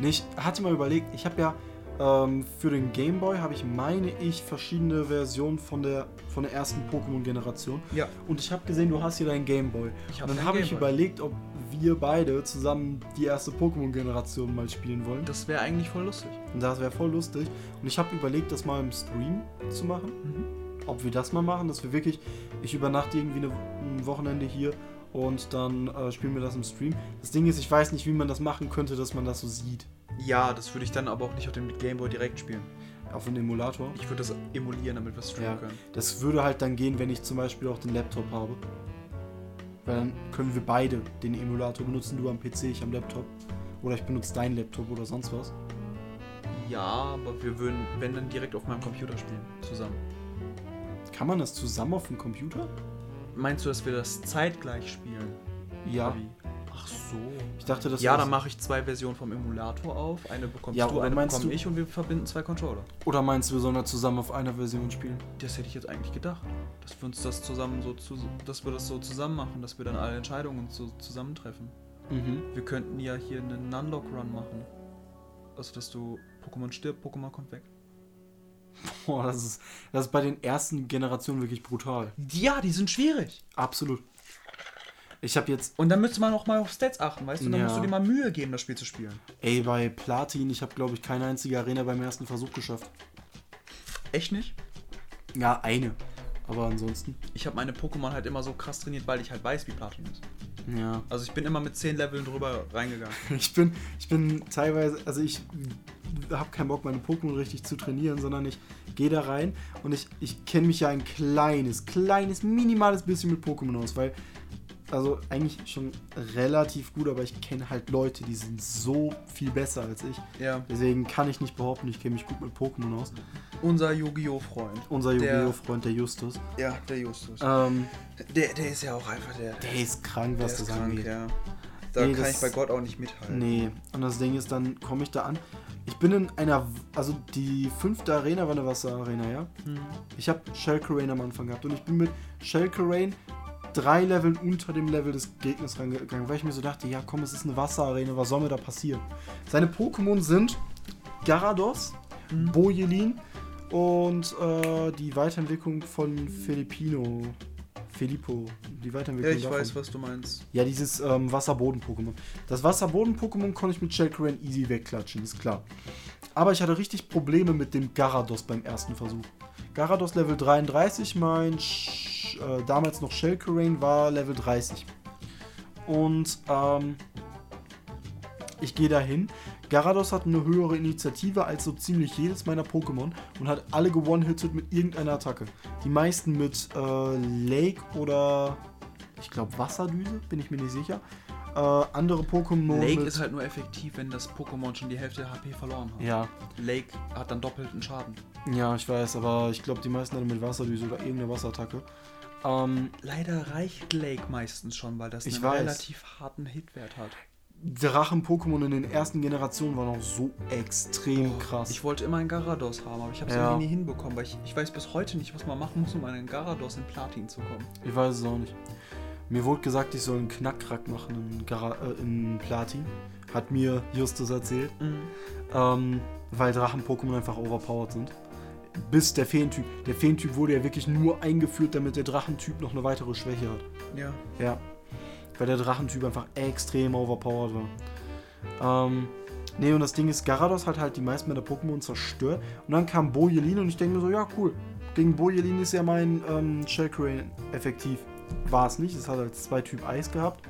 Nee, ich hatte mal überlegt, ich habe ja ähm, für den Game Boy habe ich, meine ich, verschiedene Versionen von der, von der ersten Pokémon-Generation. Ja. Und ich habe gesehen, du hast hier deinen Game Boy. Ich hab Und dann keinen habe ich Gameboy. überlegt, ob wir beide zusammen die erste Pokémon-Generation mal spielen wollen. Das wäre eigentlich voll lustig. Und das wäre voll lustig. Und ich habe überlegt, das mal im Stream zu machen. Ob wir das mal machen, dass wir wirklich, ich übernachte irgendwie eine, ein Wochenende hier und dann äh, spielen wir das im Stream. Das Ding ist, ich weiß nicht, wie man das machen könnte, dass man das so sieht. Ja, das würde ich dann aber auch nicht auf dem Gameboy direkt spielen. Auf einem Emulator. Ich würde das emulieren, damit wir es streamen Ja. können. Das würde halt dann gehen, wenn ich zum Beispiel auch den Laptop habe. Weil dann können wir beide den Emulator benutzen, du am PC, ich am Laptop. Oder ich benutze deinen Laptop oder sonst was. Ja, aber wir würden, wenn dann direkt auf meinem Computer spielen, zusammen. Kann man das zusammen auf dem Computer? Meinst du, dass wir das zeitgleich spielen? Ja. Oder wie? Ach so. Ich dachte, das ja, wäre- dann mache ich zwei Versionen vom Emulator auf. Eine bekommst Ja, du, oder eine meinst bekomme du- ich und wir verbinden zwei Controller. Oder meinst du, wir sollen da zusammen auf einer Version spielen? Das hätte ich jetzt eigentlich gedacht. Dass wir uns das zusammen so zu, dass wir das so zusammen machen, dass wir dann alle Entscheidungen so zusammentreffen. Mhm. Wir könnten ja hier einen Nunlock-Run machen. Also dass du Pokémon stirbt, Pokémon kommt weg. Boah, das ist, das ist bei den ersten Generationen wirklich brutal. Ja, die sind schwierig. Absolut. Ich habe jetzt, Und dann müsste man auch mal auf Stats achten, weißt du? Dann Ja. musst du dir mal Mühe geben, das Spiel zu spielen. ey, bei Platin, ich habe, glaube ich, keine einzige Arena beim ersten Versuch geschafft. Echt nicht? Ja, eine. Aber ansonsten, Ich habe meine Pokémon halt immer so krass trainiert, weil ich halt weiß, wie Platin ist. ja. Also ich bin immer mit 10 Leveln drüber reingegangen. Ich bin, ich bin teilweise, also ich habe keinen Bock, meine Pokémon richtig zu trainieren, sondern ich gehe da rein und ich, ich kenne mich ja ein kleines, kleines, minimales bisschen mit Pokémon aus, weil, also eigentlich schon relativ gut, aber ich kenne halt Leute, die sind so viel besser als ich. Ja. Deswegen kann ich nicht behaupten, ich kenne mich gut mit Pokémon aus. Unser Yu-Gi-Oh! Freund. Unser Der- Yu-Gi-Oh!-Freund, der Justus, Ja, der Justus. ähm, Der, der ist ja auch einfach der. der ist krank, was das angeht. ja. Da Nee, kann das- ich bei Gott auch nicht mithalten. Nee, und das Ding ist, dann komme ich da an. Ich bin in einer, also die fünfte Arena war eine Wasserarena, ja? Hm. Ich habe Shellcrain am Anfang gehabt und ich bin mit Shellcrain drei Leveln unter dem Level des Gegners rangegangen, weil ich mir so dachte, ja komm, es ist eine Wasserarena, was soll mir da passieren? Seine Pokémon sind Garados, Mhm. Bojelin und äh, die Weiterentwicklung von Filipino. Filippo, die Ja, Weiterentwicklung ich davon. weiß, was du meinst. Ja, dieses ähm, Wasserboden-Pokémon. Das Wasserboden-Pokémon konnte ich mit Shellcrain easy wegklatschen, ist klar. Aber ich hatte richtig Probleme mit dem Garados beim ersten Versuch. Garados Level 33, mein Sch äh, damals noch Shellcrain war Level 30. Und ähm, ich gehe dahin. Garados hat eine höhere Initiative als so ziemlich jedes meiner Pokémon und hat alle gewone-hitted mit irgendeiner Attacke. Die meisten mit äh, Lake oder ich glaube Wasserdüse, bin ich mir nicht sicher. Äh, andere Pokémon Lake mit ist halt nur effektiv, wenn das Pokémon schon die Hälfte HP verloren hat. ja, Lake hat dann doppelten Schaden. ja, ich weiß, aber ich glaube, die meisten hatten mit Wasserdüse oder irgendeiner Wasserattacke. Ähm, Leider reicht Lake meistens schon, weil das Ich einen weiß. relativ harten Hitwert hat. Drachen-Pokémon in den ersten Generationen waren auch so extrem krass. Ich wollte immer einen Garados haben, aber ich habe es Ja. irgendwie nie hinbekommen, weil ich, ich weiß bis heute nicht, was man machen muss, um an einen Garados in Platin zu kommen. Ich weiß es auch nicht. Mir wurde gesagt, ich soll einen Knackrack machen in, Gara äh, in Platin. Hat mir Justus erzählt. Mhm. Ähm, weil Drachen-Pokémon einfach overpowered sind. Bis der Feentyp. Der Feentyp wurde ja wirklich nur eingeführt, damit der Drachentyp noch eine weitere Schwäche hat. Ja. Ja. Weil der Drachentyp einfach extrem overpowered war. Ähm. Nee, und das Ding ist, Garados hat halt die meisten meiner Pokémon zerstört. Und dann kam Bojelin und ich denke mir so, ja cool. Gegen Bojelin ist ja mein ähm, Shellcrain effektiv. War es nicht, es hat halt zwei Typ Eis gehabt.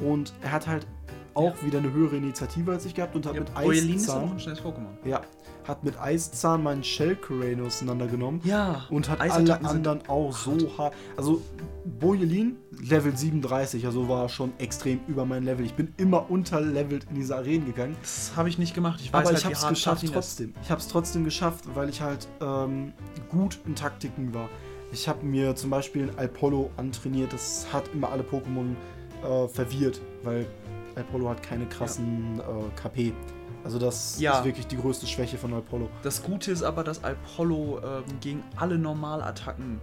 Und er hat halt auch wieder eine höhere Initiative als ich gehabt und hat Ja, mit Eulen ist auch Eiszahn. ein schnelles Pokémon. Ja, hat mit Eiszahn meinen Shellcrane auseinandergenommen. Ja. Und hat alle Eisattacken sind- anderen auch so hart. Also, Bojelin, Level 37, also war schon extrem über mein Level. Ich bin immer unterlevelt in diese Arenen gegangen. Das habe ich nicht gemacht. Ich weiß Aber halt, ich habe es hart geschafft Platin ist. trotzdem. Ich habe es trotzdem geschafft, weil ich halt ähm, gut in Taktiken war. Ich habe mir zum Beispiel ein Alpollo antrainiert. Das hat immer alle Pokémon äh, verwirrt, weil Alpollo hat keine krassen äh, KP. Also das Ja. ist wirklich die größte Schwäche von Alpollo. Das Gute ist aber, dass Apollo ähm, gegen alle Normalattacken.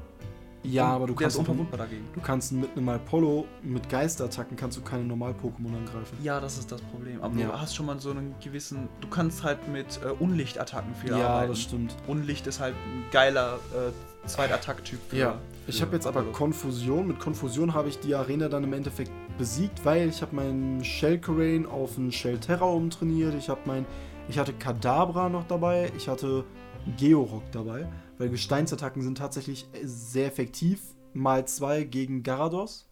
Ja, aber du der ist kannst, auch, unverwundbar dagegen. du kannst mit einem Alpollo, mit Geisterattacken kannst du keine Normal-Pokémon angreifen. Ja, das ist das Problem. Aber Ja. du hast schon mal so einen gewissen. Du kannst halt mit äh, Unlichtattacken viel Ja, arbeiten. das stimmt. Unlicht ist halt ein geiler äh, Zweitattacktyp. für- Ja, ich für habe jetzt aber Apollo. Konfusion. Mit Konfusion habe ich die Arena dann im Endeffekt besiegt, weil ich habe meinen Shellcrane auf einen Shellterra umtrainiert. Ich habe mein, ich hatte Kadabra noch dabei. Ich hatte Georock dabei, weil Gesteinsattacken sind tatsächlich sehr effektiv. Mal zwei gegen Garados.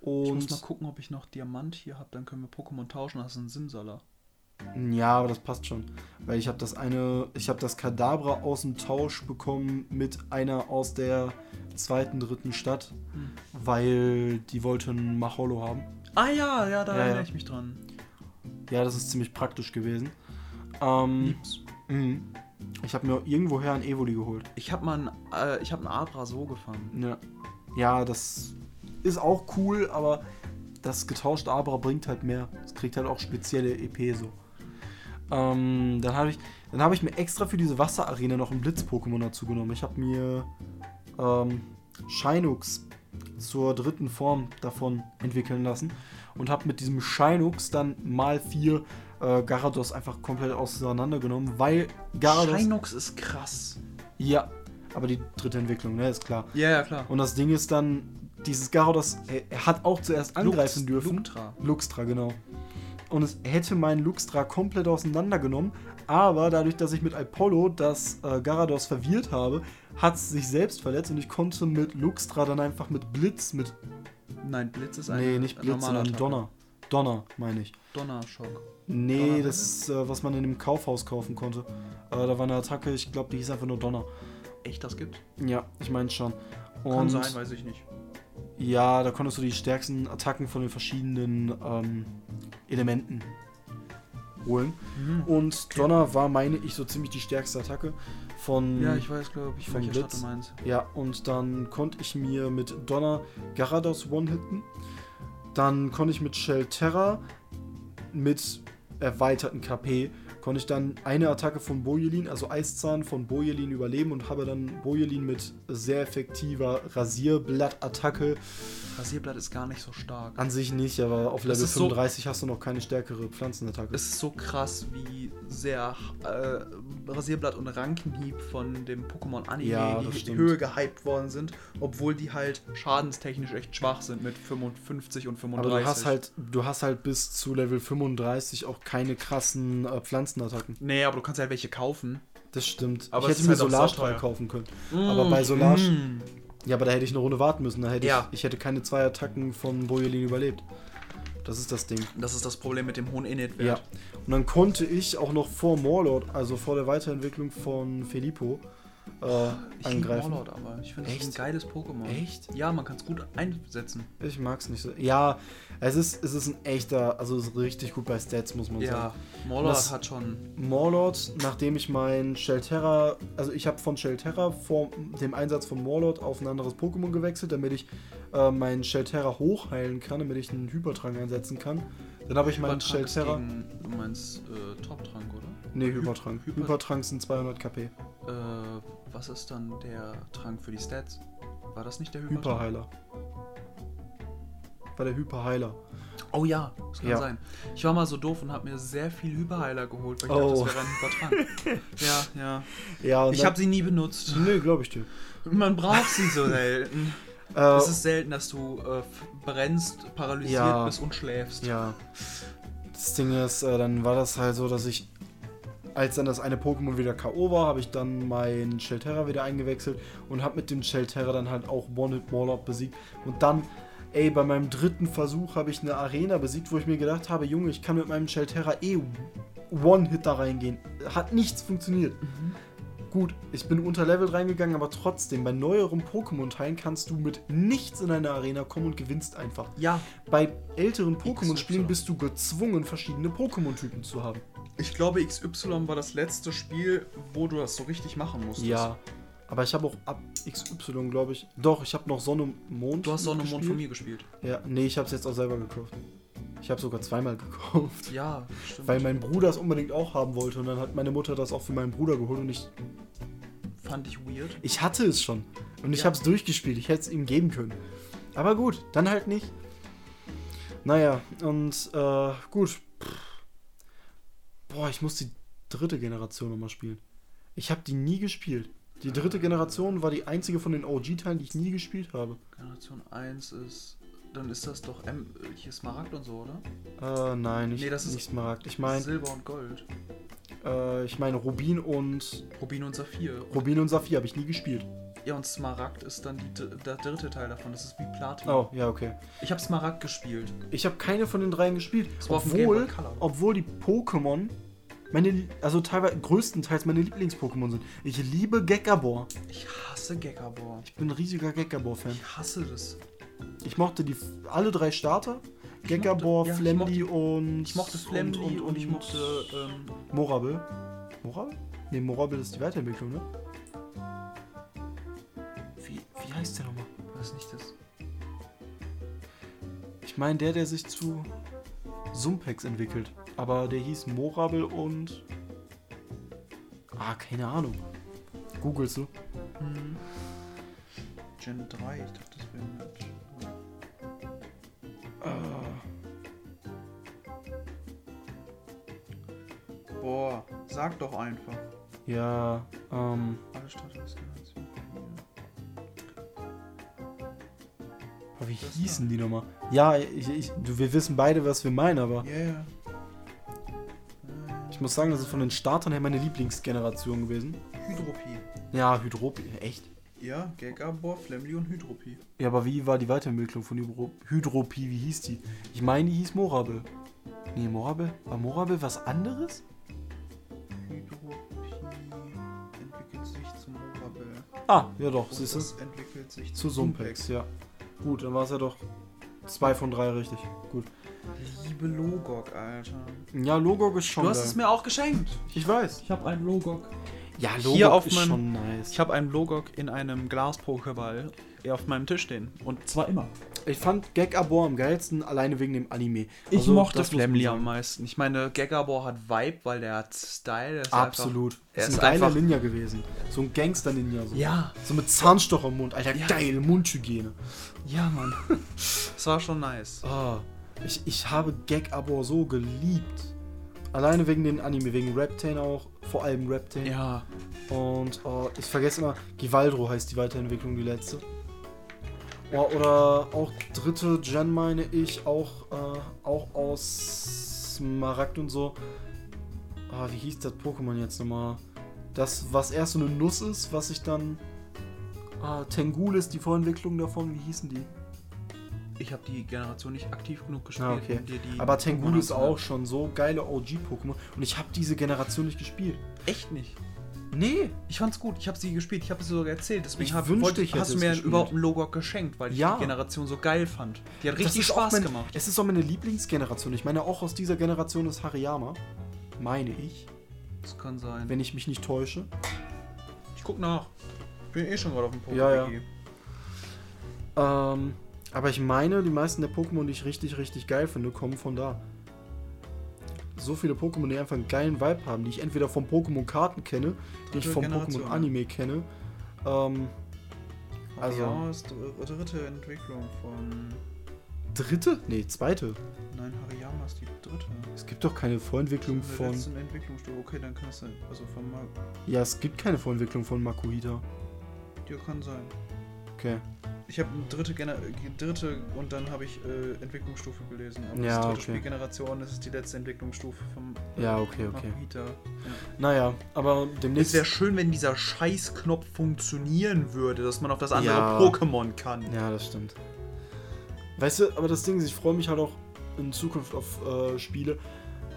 Ich muss mal Und gucken, ob ich noch Diamant hier habe. Dann können wir Pokémon tauschen. Das ist ein Simsala. ja, aber das passt schon, weil ich habe das eine, ich habe das Kadabra aus dem Tausch bekommen mit einer aus der zweiten, dritten Stadt, Hm. weil die wollten Macholo haben. Ah ja, ja, da Ja, ja. erinnere ich mich dran. Ja, das ist ziemlich praktisch gewesen. Ähm, mhm. Ich habe mir irgendwoher ein Evoli geholt. Ich habe mal einen, äh, ich hab einen Abra so gefangen. Ja. ja, das ist auch cool, aber das getauschte Abra bringt halt mehr. Es kriegt halt auch spezielle EP so. Ähm, dann habe ich, dann hab ich mir extra für diese Wasserarena noch ein Blitz-Pokémon dazu genommen. Ich habe mir ähm, Shinux zur dritten Form davon entwickeln lassen und habe mit diesem Shinux dann mal vier äh, Garados einfach komplett auseinandergenommen, weil Garados... Shinox ist krass. ja, aber die dritte Entwicklung, ne, ist klar. Ja, ja, klar. Und das Ding ist dann, dieses Garados, er, er hat auch zuerst angreifen Lux- dürfen. Luctra. Luxtra, genau. Und es hätte meinen Luxtra komplett auseinandergenommen, aber dadurch, dass ich mit Apollo das äh, Garados verwirrt habe, hat es sich selbst verletzt und ich konnte mit Luxtra dann einfach mit Blitz, mit. Nein, Blitz ist ein Nee, nicht Blitz, normaler sondern Attack. Donner. Donner, meine ich. Donnerschock. Nee, Donner- das ist, äh, was man in dem Kaufhaus kaufen konnte. Äh, da war eine Attacke, ich glaube, die hieß einfach nur Donner. Echt, das gibt? Ja, ich meine schon. Und Kann sein, weiß ich nicht. Ja, da konntest du die stärksten Attacken von den verschiedenen ähm, Elementen holen. Hm. Und Donner war, meine ich, so ziemlich die stärkste Attacke Hm. von. Ja, ich weiß, glaube ich, Vom welche Stadt du Blitz. meinst. Ja, und dann konnte ich mir mit Donner Garados one-hitten. Dann konnte ich mit Shell Terra mit erweiterten KP konnte ich dann eine Attacke von Bojelin, also Eiszahn von Bojelin überleben und habe dann Bojelin mit sehr effektiver Rasierblattattacke Rasierblatt ist gar nicht so stark. An sich nicht, aber auf Das Level ist so- 35 hast du noch keine stärkere Pflanzenattacke. Es ist so krass, wie sehr äh, Rasierblatt und Rankenhieb von dem Pokémon-Anime Ja, in das die stimmt. Höhe gehypt worden sind, obwohl die halt schadenstechnisch echt schwach sind mit 55 und 35. Aber du hast, halt, du hast halt bis zu Level 35 auch keine krassen äh, Pflanzenattacken. Nee, aber du kannst halt welche kaufen. Das stimmt. Aber ich es hätte ist mir halt auch Solarstrahl sauteuer. Mm, kaufen können. aber bei Solar. Ja, aber da hätte ich eine Runde warten müssen. Da hätte Ja. ich, ich hätte keine zwei Attacken von Boyolin überlebt. Das ist das Ding. Das ist das Problem mit dem hohen Ja. Init-Wert. Und dann konnte ich auch noch vor Morlord, also vor der Weiterentwicklung von Filippo, äh, Ich liebe angreifen. Morlord aber. Ich finde, das ist ein Echt? geiles Pokémon. Echt? Ja, man kann es gut einsetzen. Ich mag's nicht so. Ja, es ist, es ist ein echter, also es ist richtig gut bei Stats, muss man sagen. Ja, Morlord Das- hat schon... Morlord, nachdem ich mein Shelterra, also ich habe von Shelterra vor dem Einsatz von Morlord auf ein anderes Pokémon gewechselt, damit ich äh, meinen Shelterra hochheilen kann, damit ich einen Hypertrank einsetzen kann. Dann habe ich meinen Übertrag ist Shelterra. gegen- Du meinst äh, Top-Trank, oder? Nee, Hypertrank. Hyper- Hypertrank sind 200 KP. Äh, was ist dann der Trank für die Stats? War das nicht der Hypertrank? Hyperheiler. War der Hyperheiler. Oh ja, das kann Ja. sein. Ich war mal so doof und habe mir sehr viel Hyperheiler geholt, weil ich Oh. dachte, das wäre ein Hypertrank. ja, ja. Ja, und Ich dann- habe sie nie benutzt. Nee, glaube ich dir. Man braucht sie so selten. Äh, Es ist selten, dass du äh, f- brennst, paralysiert Ja. bist und schläfst. Ja. Das Ding ist, äh, dann war das halt so, dass ich, als dann das eine Pokémon wieder K.O. war, habe ich dann mein Shelterra wieder eingewechselt und habe mit dem Shelterra dann halt auch One-Hit Warlock besiegt. Und dann Ey, bei meinem dritten Versuch habe ich eine Arena besiegt, wo ich mir gedacht habe, Junge, ich kann mit meinem Shelterra eh One-Hit da reingehen. Hat nichts funktioniert. Gut, ich bin unterlevelt reingegangen, aber trotzdem, bei neueren Pokémon-Teilen kannst du mit nichts in eine Arena kommen und gewinnst einfach. Ja, Bei älteren Pokémon-Spielen XY. bist du gezwungen, verschiedene Pokémon-Typen zu haben. ich glaube, XY war das letzte Spiel, wo du das so richtig machen musstest. Ja. Aber ich habe auch ab XY, glaube ich. Doch, ich habe noch Sonne und Mond. Du hast Sonne und Mond von gespielt. mir gespielt. Ja, nee, ich habe es jetzt auch selber gekauft. Ich habe sogar zweimal gekauft. Ja, stimmt. Weil mein Bruder es unbedingt auch haben wollte und dann hat meine Mutter das auch für meinen Bruder geholt und ich. Fand ich weird. Ich hatte es schon. Und ich Ja. habe es durchgespielt. Ich hätte es ihm geben können. Aber gut, dann halt nicht. Naja, und äh, gut. Pff. Boah, ich muss die dritte Generation nochmal spielen. Ich habe die nie gespielt. Die Ah. dritte Generation war die einzige von den OG-Teilen, die ich nie gespielt habe. Generation 1 ist. Dann ist das doch M äh, hier Smaragd und so, oder? Äh, nein, ich, Nee, das ist- nicht Smaragd. Ich meine, Silber und Gold. äh, ich meine Rubin und Rubin und Saphir. Rubin und Saphir habe ich nie gespielt. Ja, und Smaragd ist dann die, dr- der dritte Teil davon. Das ist wie Platin. Oh, ja, okay. Ich habe Smaragd gespielt. Ich habe keine von den dreien gespielt, Das war auf dem obwohl, Game Boy Color. obwohl die Pokémon meine, Lie- also teilweise größtenteils meine Lieblings-Pokémon sind. Ich liebe Gekabor. Ich hasse Gekabor. Ich bin ein riesiger Gekabor-Fan. Ich hasse das. Ich mochte die alle drei Starter. Gekabor, mochte- ja, ich Flamly und Ich mochte Flamly und, und, und, ich mochte. Ähm, Morabel. Morabel? Ne, Morabel ist die Weiterentwicklung, ne? Wie, wie heißt der nochmal? was ist nicht das? Ich meine, der, der sich zu Sumpex entwickelt. Aber der hieß Morabel und. Ah, keine Ahnung. Googlest du? Hm. Gen 3, ich dachte, das wäre mit. Boah, sag doch einfach. Ja, ähm. Alle Stadtwestgeneration. Wie Das hießen die nochmal? Ja, ich, ich, du, wir wissen beide, was wir meinen, aber. Ja, ja. Ich muss sagen, das ist von den Startern her meine Lieblingsgeneration gewesen. Äh, Hydropie. Ja, Hydropi, echt? Ja, Gegabor, Flemly und Hydropie. Ja, aber wie war die Weiterentwicklung von Hydro Hydropie? Wie hieß die? Ich meine, die hieß Morabel. Nee, Morabel? War Morabel was anderes? Hydropie entwickelt sich zum Morabel. Ah, ja doch, Und siehst du? das entwickelt sich Zu Sumpex, Sumpex. ja. Gut, dann war es ja doch zwei von drei richtig. Gut. Liebe Logok, Alter. Ja, Logok ist schon. Du hast geil. es mir auch geschenkt. ich weiß. Ich habe einen Logok. Ja, Hier Logok auf ist meinem- schon nice. Ich habe einen Logok in einem Glas-Pokéball auf meinem Tisch stehen. Und zwar immer. Ich fand Gekabor am geilsten, alleine wegen dem Anime. Ich Also, mochte das muss man Flamly sagen. am meisten. Ich meine, Gegabor hat Vibe, weil der hat Style. der ist Absolut. Er ist ist ein geiler einfach- Ninja gewesen. So ein Gangster-Ninja. So. Einfach, ja, so mit Zahnstocher im Mund. Alter, Ja. geil. Mundhygiene. ja, Mann. Es war schon nice. Ah, ich, ich habe Gekabor so geliebt. Alleine wegen den Anime, wegen Raptane auch. Vor allem Raptane. Ja. Und oh, ich vergesse immer, Givaldro heißt die Weiterentwicklung, die letzte. Oh, oder auch dritte Gen meine ich, auch, äh, auch aus Smaragd und so. Ah, wie hieß das Pokémon jetzt nochmal? Das, was erst so eine Nuss ist, was sich dann. Ah, Tengul ist die Vorentwicklung davon, wie hießen die? Ich habe die Generation nicht aktiv genug gespielt. Ah, okay. um dir die Aber Tengul Pokémon ist auch schon so geile OG-Pokémon. Und ich habe diese Generation nicht gespielt. Echt nicht. Nee, Ich fand's gut. Ich habe sie gespielt. Ich habe sie sogar erzählt. Deswegen Ich hab, wünschte, wollte- ich hätte hast du es mir gespielt. überhaupt einen Logok geschenkt, weil ich Ja. die Generation so geil fand. Die hat richtig Das ist auch Spaß mein, gemacht. Es ist auch meine Lieblingsgeneration. Ich meine, auch aus dieser Generation ist Hariyama. Meine ich. Das kann sein. Wenn ich mich nicht täusche. Ich guck nach. Bin eh schon gerade auf dem Punkt. Ja, ja. Ähm, aber ich meine, die meisten der Pokémon, die ich richtig, richtig geil finde, kommen von da. So viele Pokémon, die einfach einen geilen Vibe haben, die ich entweder vom Pokémon-Karten kenne, die ich Dritte vom Generation, ne? Pokémon-Anime kenne. Ähm, Also- Ja, ist dr- dritte Entwicklung von. dritte? Nee, zweite. Nein, Hariyama ist die dritte. Es gibt doch keine Vorentwicklung Von der von. letzten Entwicklungsstufe. Okay, dann kann es sein. Also von Mark. Ja, es gibt keine Vorentwicklung von Makuhita. Ja, kann sein. Okay. Ich habe eine dritte, Gener äh, dritte und dann habe ich äh, Entwicklungsstufe gelesen. Aber Ja, das dritte okay. Spielgeneration, das ist die letzte Entwicklungsstufe vom Ja, okay, okay. Makuhita. Naja, aber Es demnächst. wäre schön, wenn dieser Scheißknopf funktionieren würde, dass man auf das andere Ja. Pokémon kann. Ja, das stimmt. Weißt du, aber das Ding ist, ich freue mich halt auch in Zukunft auf äh, Spiele,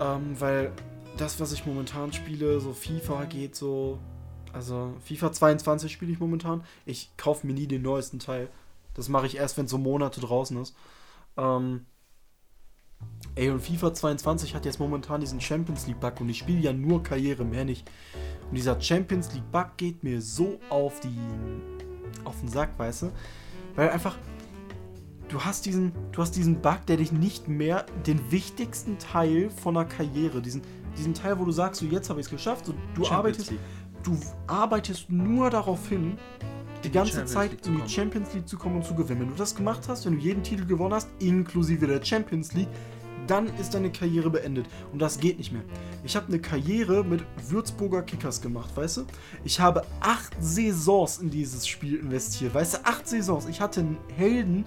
ähm, weil das, was ich momentan spiele, so FIFA geht so. Also FIFA 22 spiele ich momentan. Ich kaufe mir nie den neuesten Teil. Das mache ich erst, wenn so Monate draußen ist. Ähm, ey, und FIFA 22 hat jetzt momentan diesen Champions League Bug und ich spiele ja nur Karriere, mehr nicht. Und dieser Champions League Bug geht mir so auf die auf den Sack, weißt du? Weil einfach du hast diesen du hast diesen Bug, der dich nicht mehr den wichtigsten Teil von einer Karriere, diesen diesen Teil, wo du sagst, so jetzt habe ich es geschafft, so, du Champions arbeitest League. du arbeitest nur darauf hin, die die ganze Champions Zeit League zu in die kommen. Champions League zu kommen und zu gewinnen. Wenn du das gemacht hast, wenn du jeden Titel gewonnen hast, inklusive der Champions League, dann ist deine Karriere beendet. Und das geht nicht mehr. Ich habe eine Karriere mit Würzburger Kickers gemacht, weißt du? Ich habe acht Saisons in dieses Spiel investiert, weißt du? Acht Saisons. Ich hatte einen Helden,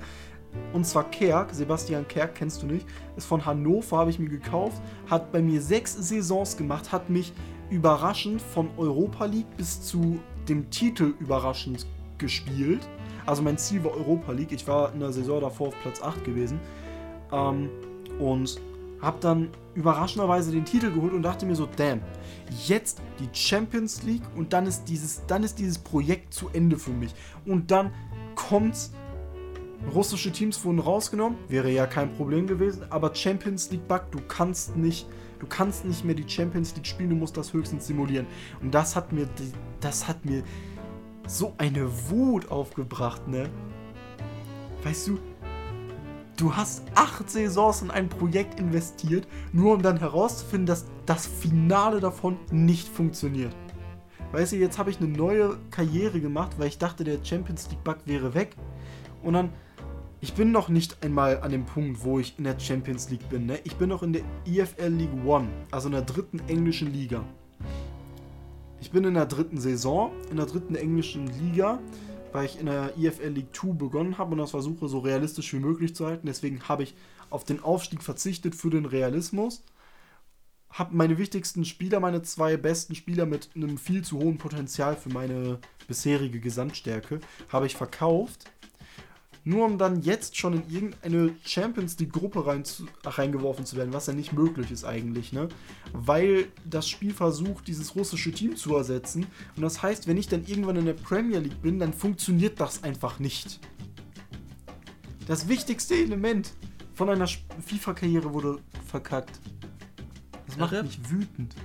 und zwar Kerk, Sebastian Kerk kennst du nicht, ist von Hannover, habe ich mir gekauft, hat bei mir sechs Saisons gemacht, hat mich überraschend von Europa League bis zu dem Titel überraschend gespielt. Also mein Ziel war Europa League, ich war in der Saison davor auf Platz 8 gewesen. Ähm, und habe dann überraschenderweise den Titel geholt und dachte mir so, damn, jetzt die Champions League und dann ist dieses, dann ist dieses Projekt zu Ende für mich. Und dann kommt's Russische Teams wurden rausgenommen, wäre ja kein Problem gewesen, aber Champions League Bug, du kannst nicht, du kannst nicht mehr die Champions League spielen, du musst das höchstens simulieren. Und das hat mir die- das hat mir so eine Wut aufgebracht, ne? Weißt du, du hast acht Saisons in ein Projekt investiert, nur um dann herauszufinden, dass das Finale davon nicht funktioniert. Weißt du, jetzt habe ich eine neue Karriere gemacht, weil ich dachte, der Champions League Bug wäre weg. Und dann, ich bin noch nicht einmal an dem Punkt, wo ich in der Champions League bin. Ne? Ich bin noch in der EFL League One, also in der dritten englischen Liga. Ich bin in der dritten Saison, in der dritten englischen Liga, weil ich in der EFL League 2 begonnen habe und das versuche so realistisch wie möglich zu halten. Deswegen habe ich auf den Aufstieg verzichtet für den Realismus. Habe meine wichtigsten Spieler, meine zwei besten Spieler mit einem viel zu hohen Potenzial für meine bisherige Gesamtstärke, habe ich verkauft nur um dann jetzt schon in irgendeine Champions League Gruppe rein zu, reingeworfen zu werden, was ja nicht möglich ist eigentlich, ne? Weil das Spiel versucht, dieses russische Team zu ersetzen. Und das heißt, wenn ich dann irgendwann in der Premier League bin, dann funktioniert das einfach nicht. Das wichtigste Element von einer Sp- FIFA-Karriere wurde verkackt. Das macht Irre. mich wütend.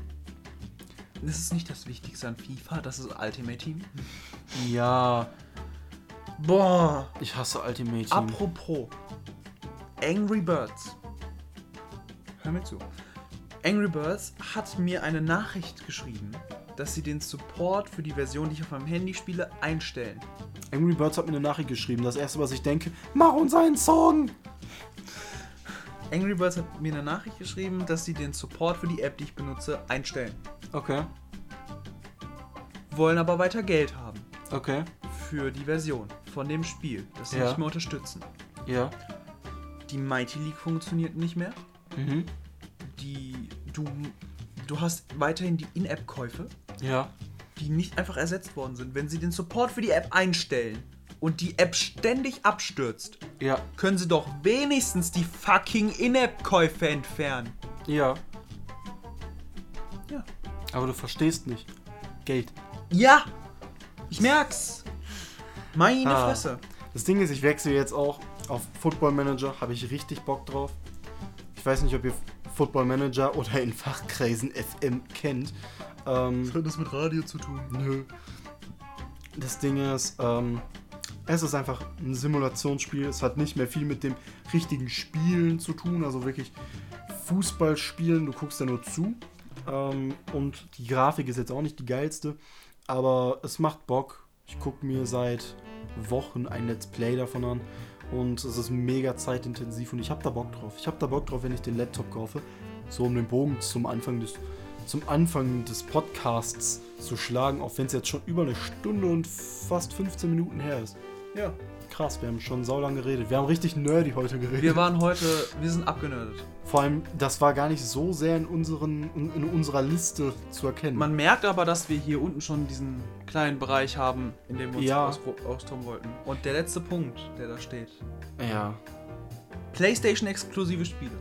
Das ist nicht das Wichtigste an FIFA, das ist Ultimate Team. Ja, Boah. ich hasse Ultimate Team. Apropos Angry Birds. Hör mir zu. Angry Birds hat mir eine Nachricht geschrieben, dass sie den Support für die Version, die ich auf meinem Handy spiele, einstellen. Angry Birds hat mir eine Nachricht geschrieben. Das erste, was ich denke, mach uns einen Song! Angry Birds hat mir eine Nachricht geschrieben, dass sie den Support für die App, die ich benutze, einstellen. Okay, Wollen aber weiter Geld haben okay, für die Version von dem Spiel, das sie Ja. nicht mehr unterstützen. ja. Die Mighty League funktioniert nicht mehr. Mhm. Die du du hast weiterhin die In-App Käufe. Ja. die nicht einfach ersetzt worden sind. Wenn sie den Support für die App einstellen und die App ständig abstürzt, Ja. können sie doch wenigstens die fucking In-App-Käufe entfernen. Ja. Ja. Aber du verstehst nicht. Geld. Ja! Ich merk's! Meine Ah. Fresse! Das Ding ist, ich wechsle jetzt auch auf Football Manager. Habe ich richtig Bock drauf. Ich weiß nicht, ob ihr Football Manager oder in Fachkreisen FM kennt. Ähm, hat das mit Radio zu tun? Nö. Das Ding ist, ähm, es ist einfach ein Simulationsspiel. Es hat nicht mehr viel mit dem richtigen Spielen zu tun. Also wirklich Fußball spielen, du guckst da nur zu. Ähm, und die Grafik ist jetzt auch nicht die geilste. Aber es macht Bock. Ich gucke mir seit Wochen ein Let's Play davon an. Und es ist mega zeitintensiv und ich habe da Bock drauf. Ich habe da Bock drauf, wenn ich den Laptop kaufe. So um den Bogen zum Anfang des, zum Anfang des Podcasts zu schlagen, auch wenn es jetzt schon über eine Stunde und fast 15 Minuten her ist. Ja. Krass, wir haben schon saulang geredet. Wir haben richtig nerdy heute geredet. Wir waren heute, wir sind abgenördet. Vor allem, das war gar nicht so sehr in, unseren, in, in unserer Liste zu erkennen. Man merkt aber, dass wir hier unten schon diesen kleinen Bereich haben, in dem wir uns Ja. aus austoben wollten. Und der letzte Punkt, der da steht, ja. PlayStation-exklusive Spiele.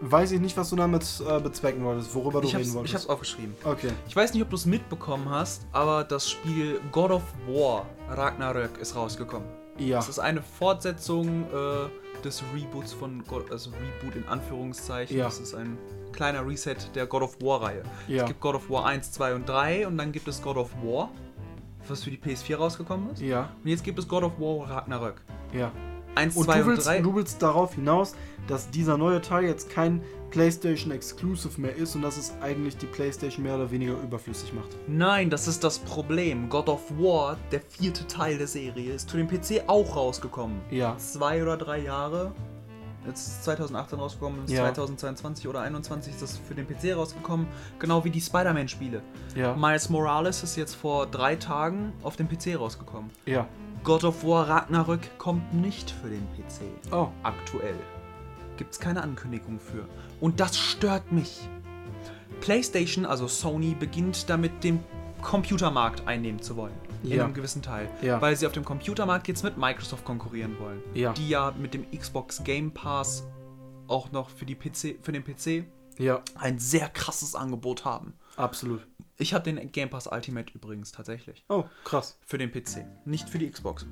Weiß ich nicht, was du damit äh, bezwecken wolltest, worüber du Ich reden hab's, ich wolltest. hab's aufgeschrieben. okay. Ich weiß nicht, ob du es mitbekommen hast, aber das Spiel God of War Ragnarök ist rausgekommen. Ja. Das ist eine Fortsetzung äh, des Reboots von God, also Reboot in Anführungszeichen. Ja. Das ist ein kleiner Reset der God of War Reihe. Ja. Es gibt God of War 1, 2 und 3 und dann gibt es God of War, was für die PS4 rausgekommen ist. Ja. Und jetzt gibt es God of War Ragnarök. Ja. 1, Und 2 du und willst, 3. du willst darauf hinaus, dass dieser neue Teil jetzt kein PlayStation Exclusive mehr ist und dass es eigentlich die PlayStation mehr oder weniger überflüssig macht. Nein, das ist das Problem. God of War, der vierte Teil der Serie, ist für den PC auch rausgekommen. Ja. Zwei oder drei Jahre. Jetzt ist es 2018 rausgekommen, ist Ja. 2022 oder 2021 ist das für den PC rausgekommen. Genau wie die Spider-Man-Spiele. Ja. Miles Morales ist jetzt vor drei Tagen auf dem PC rausgekommen. ja. God of War Ragnarök kommt nicht für den PC. Oh. Aktuell gibt es keine Ankündigung für. Und das stört mich. PlayStation, also Sony, beginnt damit, den Computermarkt einnehmen zu wollen. In Ja. einem gewissen Teil. Ja. Weil sie auf dem Computermarkt jetzt mit Microsoft konkurrieren wollen. Ja. Die ja mit dem Xbox Game Pass auch noch für, die PC, für den PC Ja. ein sehr krasses Angebot haben. Absolut. Ich habe den Game Pass Ultimate übrigens tatsächlich. Oh, krass. Für den PC, nicht für die Xbox.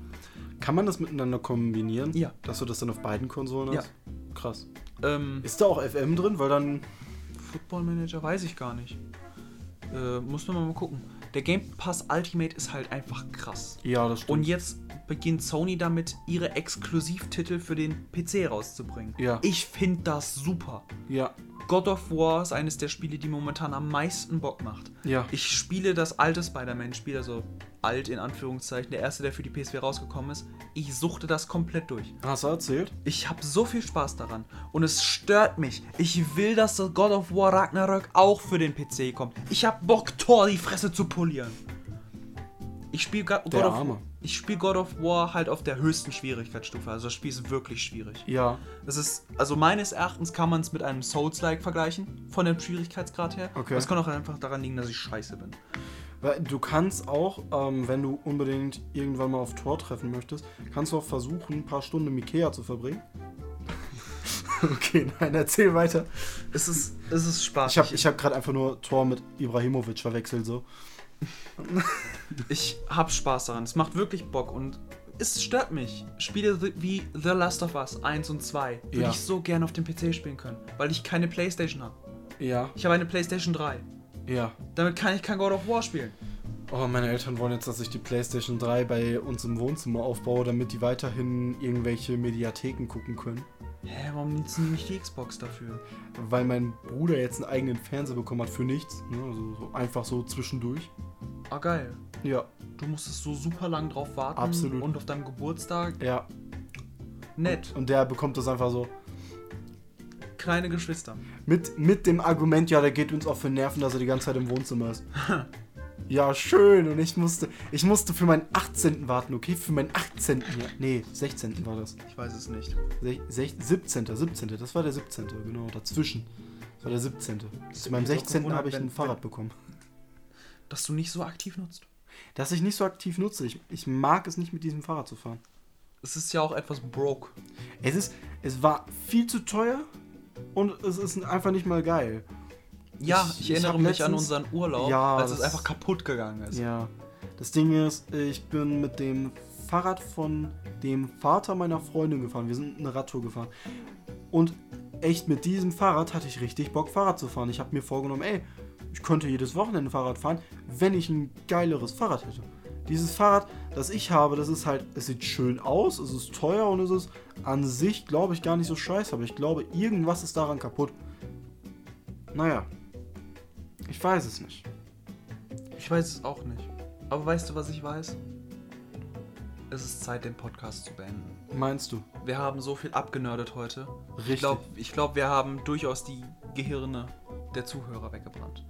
Kann man das miteinander kombinieren? Ja. Dass du das dann auf beiden Konsolen hast? Ja. Krass. Ähm, Ist da auch FM drin? Weil dann. Football Manager weiß ich gar nicht. Äh, muss man mal gucken. Der Game Pass Ultimate ist halt einfach krass. Ja, das Und stimmt. jetzt beginnt Sony damit, ihre Exklusivtitel für den PC rauszubringen. Ja. Ich finde das super. ja. God of War ist eines der Spiele, die momentan am meisten Bock macht. Ja. Ich spiele das alte Spider-Man-Spiel, also alt in Anführungszeichen, der erste, der für die PS4 rausgekommen ist. Ich suchte das komplett durch. Hast du erzählt? Ich habe so viel Spaß daran und es stört mich. Ich will, dass das God of War Ragnarök auch für den PC kommt. Ich habe Bock, Thor die Fresse zu polieren. Ich spiele God, God, Der of- Arme. ich spiel God of War halt auf der höchsten Schwierigkeitsstufe. Also das Spiel ist wirklich schwierig. Ja. Das ist, also meines Erachtens kann man es mit einem Souls-like vergleichen, von dem Schwierigkeitsgrad her. Okay. Das kann auch einfach daran liegen, dass ich scheiße bin. Weil du kannst auch, ähm, wenn du unbedingt irgendwann mal auf Tor treffen möchtest, kannst du auch versuchen, ein paar Stunden im Ikea zu verbringen. okay, nein, erzähl weiter. Es ist, es ist Spaß. Ich habe ich hab gerade einfach nur Tor mit Ibrahimovic verwechselt, so. Ich hab Spaß daran. Es macht wirklich Bock und es stört mich. Spiele wie The Last of Us 1 und 2 würde Ja. ich so gern auf dem PC spielen können, weil ich keine Playstation habe. Ja, Ich habe eine Playstation 3. ja. Damit kann ich kein God of War spielen. Oh, meine Eltern wollen jetzt, dass ich die PlayStation 3 bei uns im Wohnzimmer aufbaue, damit die weiterhin irgendwelche Mediatheken gucken können. Hä, warum nutzen die nicht die Xbox dafür? Weil mein Bruder jetzt einen eigenen Fernseher bekommen hat für nichts. Ne? Also so einfach so zwischendurch. Ah, geil. Ja, Du musstest so super lang drauf warten Absolut. und auf deinem Geburtstag. ja. Nett. Und der bekommt das einfach so. Kleine Geschwister. Mit, mit dem Argument, ja, der geht uns auch für Nerven, dass er die ganze Zeit im Wohnzimmer ist. ja, schön. Und ich musste, ich musste für meinen 18. warten, okay? Für meinen 18. Ja, nee, 16. war das. Ich weiß es nicht. Sech, sech, 17. 17. Das war der 17. Genau, dazwischen. Das war der 17. Zu meinem mich doch 16. gewundert, habe ich wenn- ein Fahrrad bekommen. Dass du nicht so aktiv nutzt. Das ich nicht so aktiv nutze. Ich, ich mag es nicht, mit diesem Fahrrad zu fahren. Es ist ja auch etwas broke. Es ist, es war viel zu teuer und es ist einfach nicht mal geil. Ja, Ich- ich, ich erinnere hab mich an letztens- unseren Urlaub, Ja, als es das- einfach kaputt gegangen ist. Ja. Das Ding ist, ich bin mit dem Fahrrad von dem Vater meiner Freundin gefahren. Wir sind eine Radtour gefahren. Und echt mit diesem Fahrrad hatte ich richtig Bock, Fahrrad zu fahren. Ich habe mir vorgenommen, ey, ich könnte jedes Wochenende Fahrrad fahren, wenn ich ein geileres Fahrrad hätte. Dieses Fahrrad, das ich habe, das ist halt, es sieht schön aus, es ist teuer und es ist an sich, glaube ich, gar nicht so scheiße. Aber ich glaube, irgendwas ist daran kaputt. Naja, ich weiß es nicht. Ich weiß es auch nicht. Aber weißt du, was ich weiß? Es ist Zeit, den Podcast zu beenden. Meinst du? Wir haben so viel abgenördet heute. Ich Richtig. glaube, ich glaub, wir haben durchaus die Gehirne der Zuhörer weggebrannt.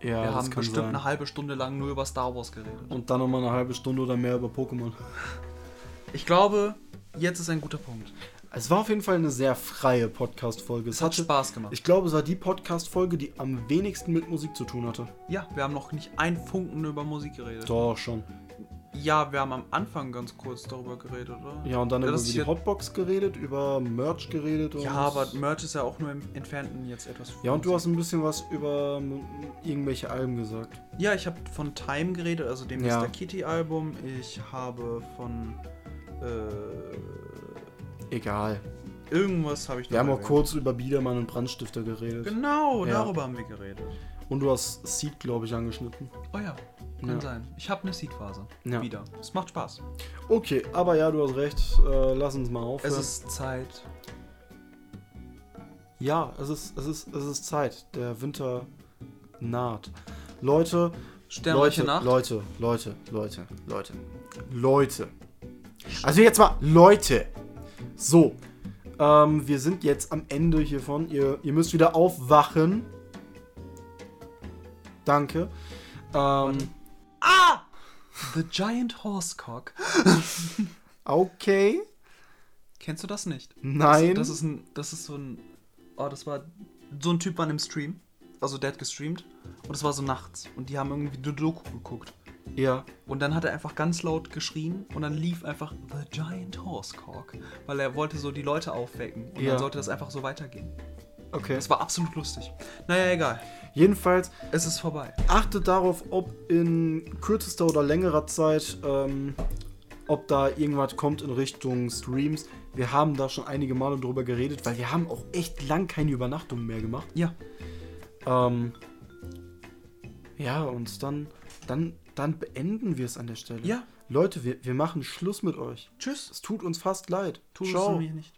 Ja, wir das haben kann bestimmt sein. eine halbe Stunde lang nur über Star Wars geredet. Und dann nochmal eine halbe Stunde oder mehr über Pokémon. Ich glaube, jetzt ist ein guter Punkt. Es war auf jeden Fall eine sehr freie Podcast-Folge. Es Es hat hatte, Spaß gemacht. ich glaube, es war die Podcast-Folge, die am wenigsten mit Musik zu tun hatte. ja, wir haben noch nicht einen Funken über Musik geredet. Doch, schon. Ja, wir haben am Anfang ganz kurz darüber geredet, oder? Ja, und dann Ja, über das ist die ja- Hotbox geredet, über Merch geredet und. Ja, aber Merch ist ja auch nur im Entfernten jetzt etwas. Ja, und du hast ein bisschen was über m, irgendwelche Alben gesagt. Ja, ich habe von Time geredet, also dem Ja. Mr. Kitty-Album. Ich habe von. Äh, Egal. irgendwas habe ich noch Wir haben auch erwähnt. kurz über Biedermann und Brandstifter geredet. Genau, Ja. darüber haben wir geredet. Und du hast Seed, glaube ich, angeschnitten. Oh ja, kann Ja. sein. Ich habe eine Seed-Phase. Ja. Wieder. Es macht Spaß. Okay, aber ja, du hast recht. Äh, lass uns mal aufhören. Es ist Zeit. ja, es ist, es, ist, es ist Zeit. Der Winter naht. Leute, Sternreiche Leute, Nacht. Leute, Leute, Leute, Leute, Leute. Also jetzt mal, Leute. So, ähm, wir sind jetzt am Ende hiervon. Ihr, ihr müsst wieder aufwachen. Danke. Ähm, Ah! The Giant Horsecock. okay. Kennst du das nicht? Nein. Das, das ist ein. Das ist so ein. Oh, das war. So ein Typ war in einem Stream. Also der hat gestreamt. Und es war so nachts. Und die haben irgendwie eine Doku geguckt. ja. Und dann hat er einfach ganz laut geschrien und dann lief einfach The Giant Horsecock. Weil er wollte so die Leute aufwecken. Und Ja. dann sollte das einfach so weitergehen. Okay. Das war absolut lustig. Naja, egal. Jedenfalls Es ist vorbei. achtet darauf, ob in kürzester oder längerer Zeit, ähm, ob da irgendwas kommt in Richtung Streams. Wir haben da schon einige Male drüber geredet, weil wir haben auch echt lang keine Übernachtungen mehr gemacht. Ja. Ähm, ja, und dann, dann, dann beenden wir es an der Stelle. Ja. Leute, wir, wir machen Schluss mit euch. Tschüss. Es tut uns fast leid. Tu es Ciao. mir nicht.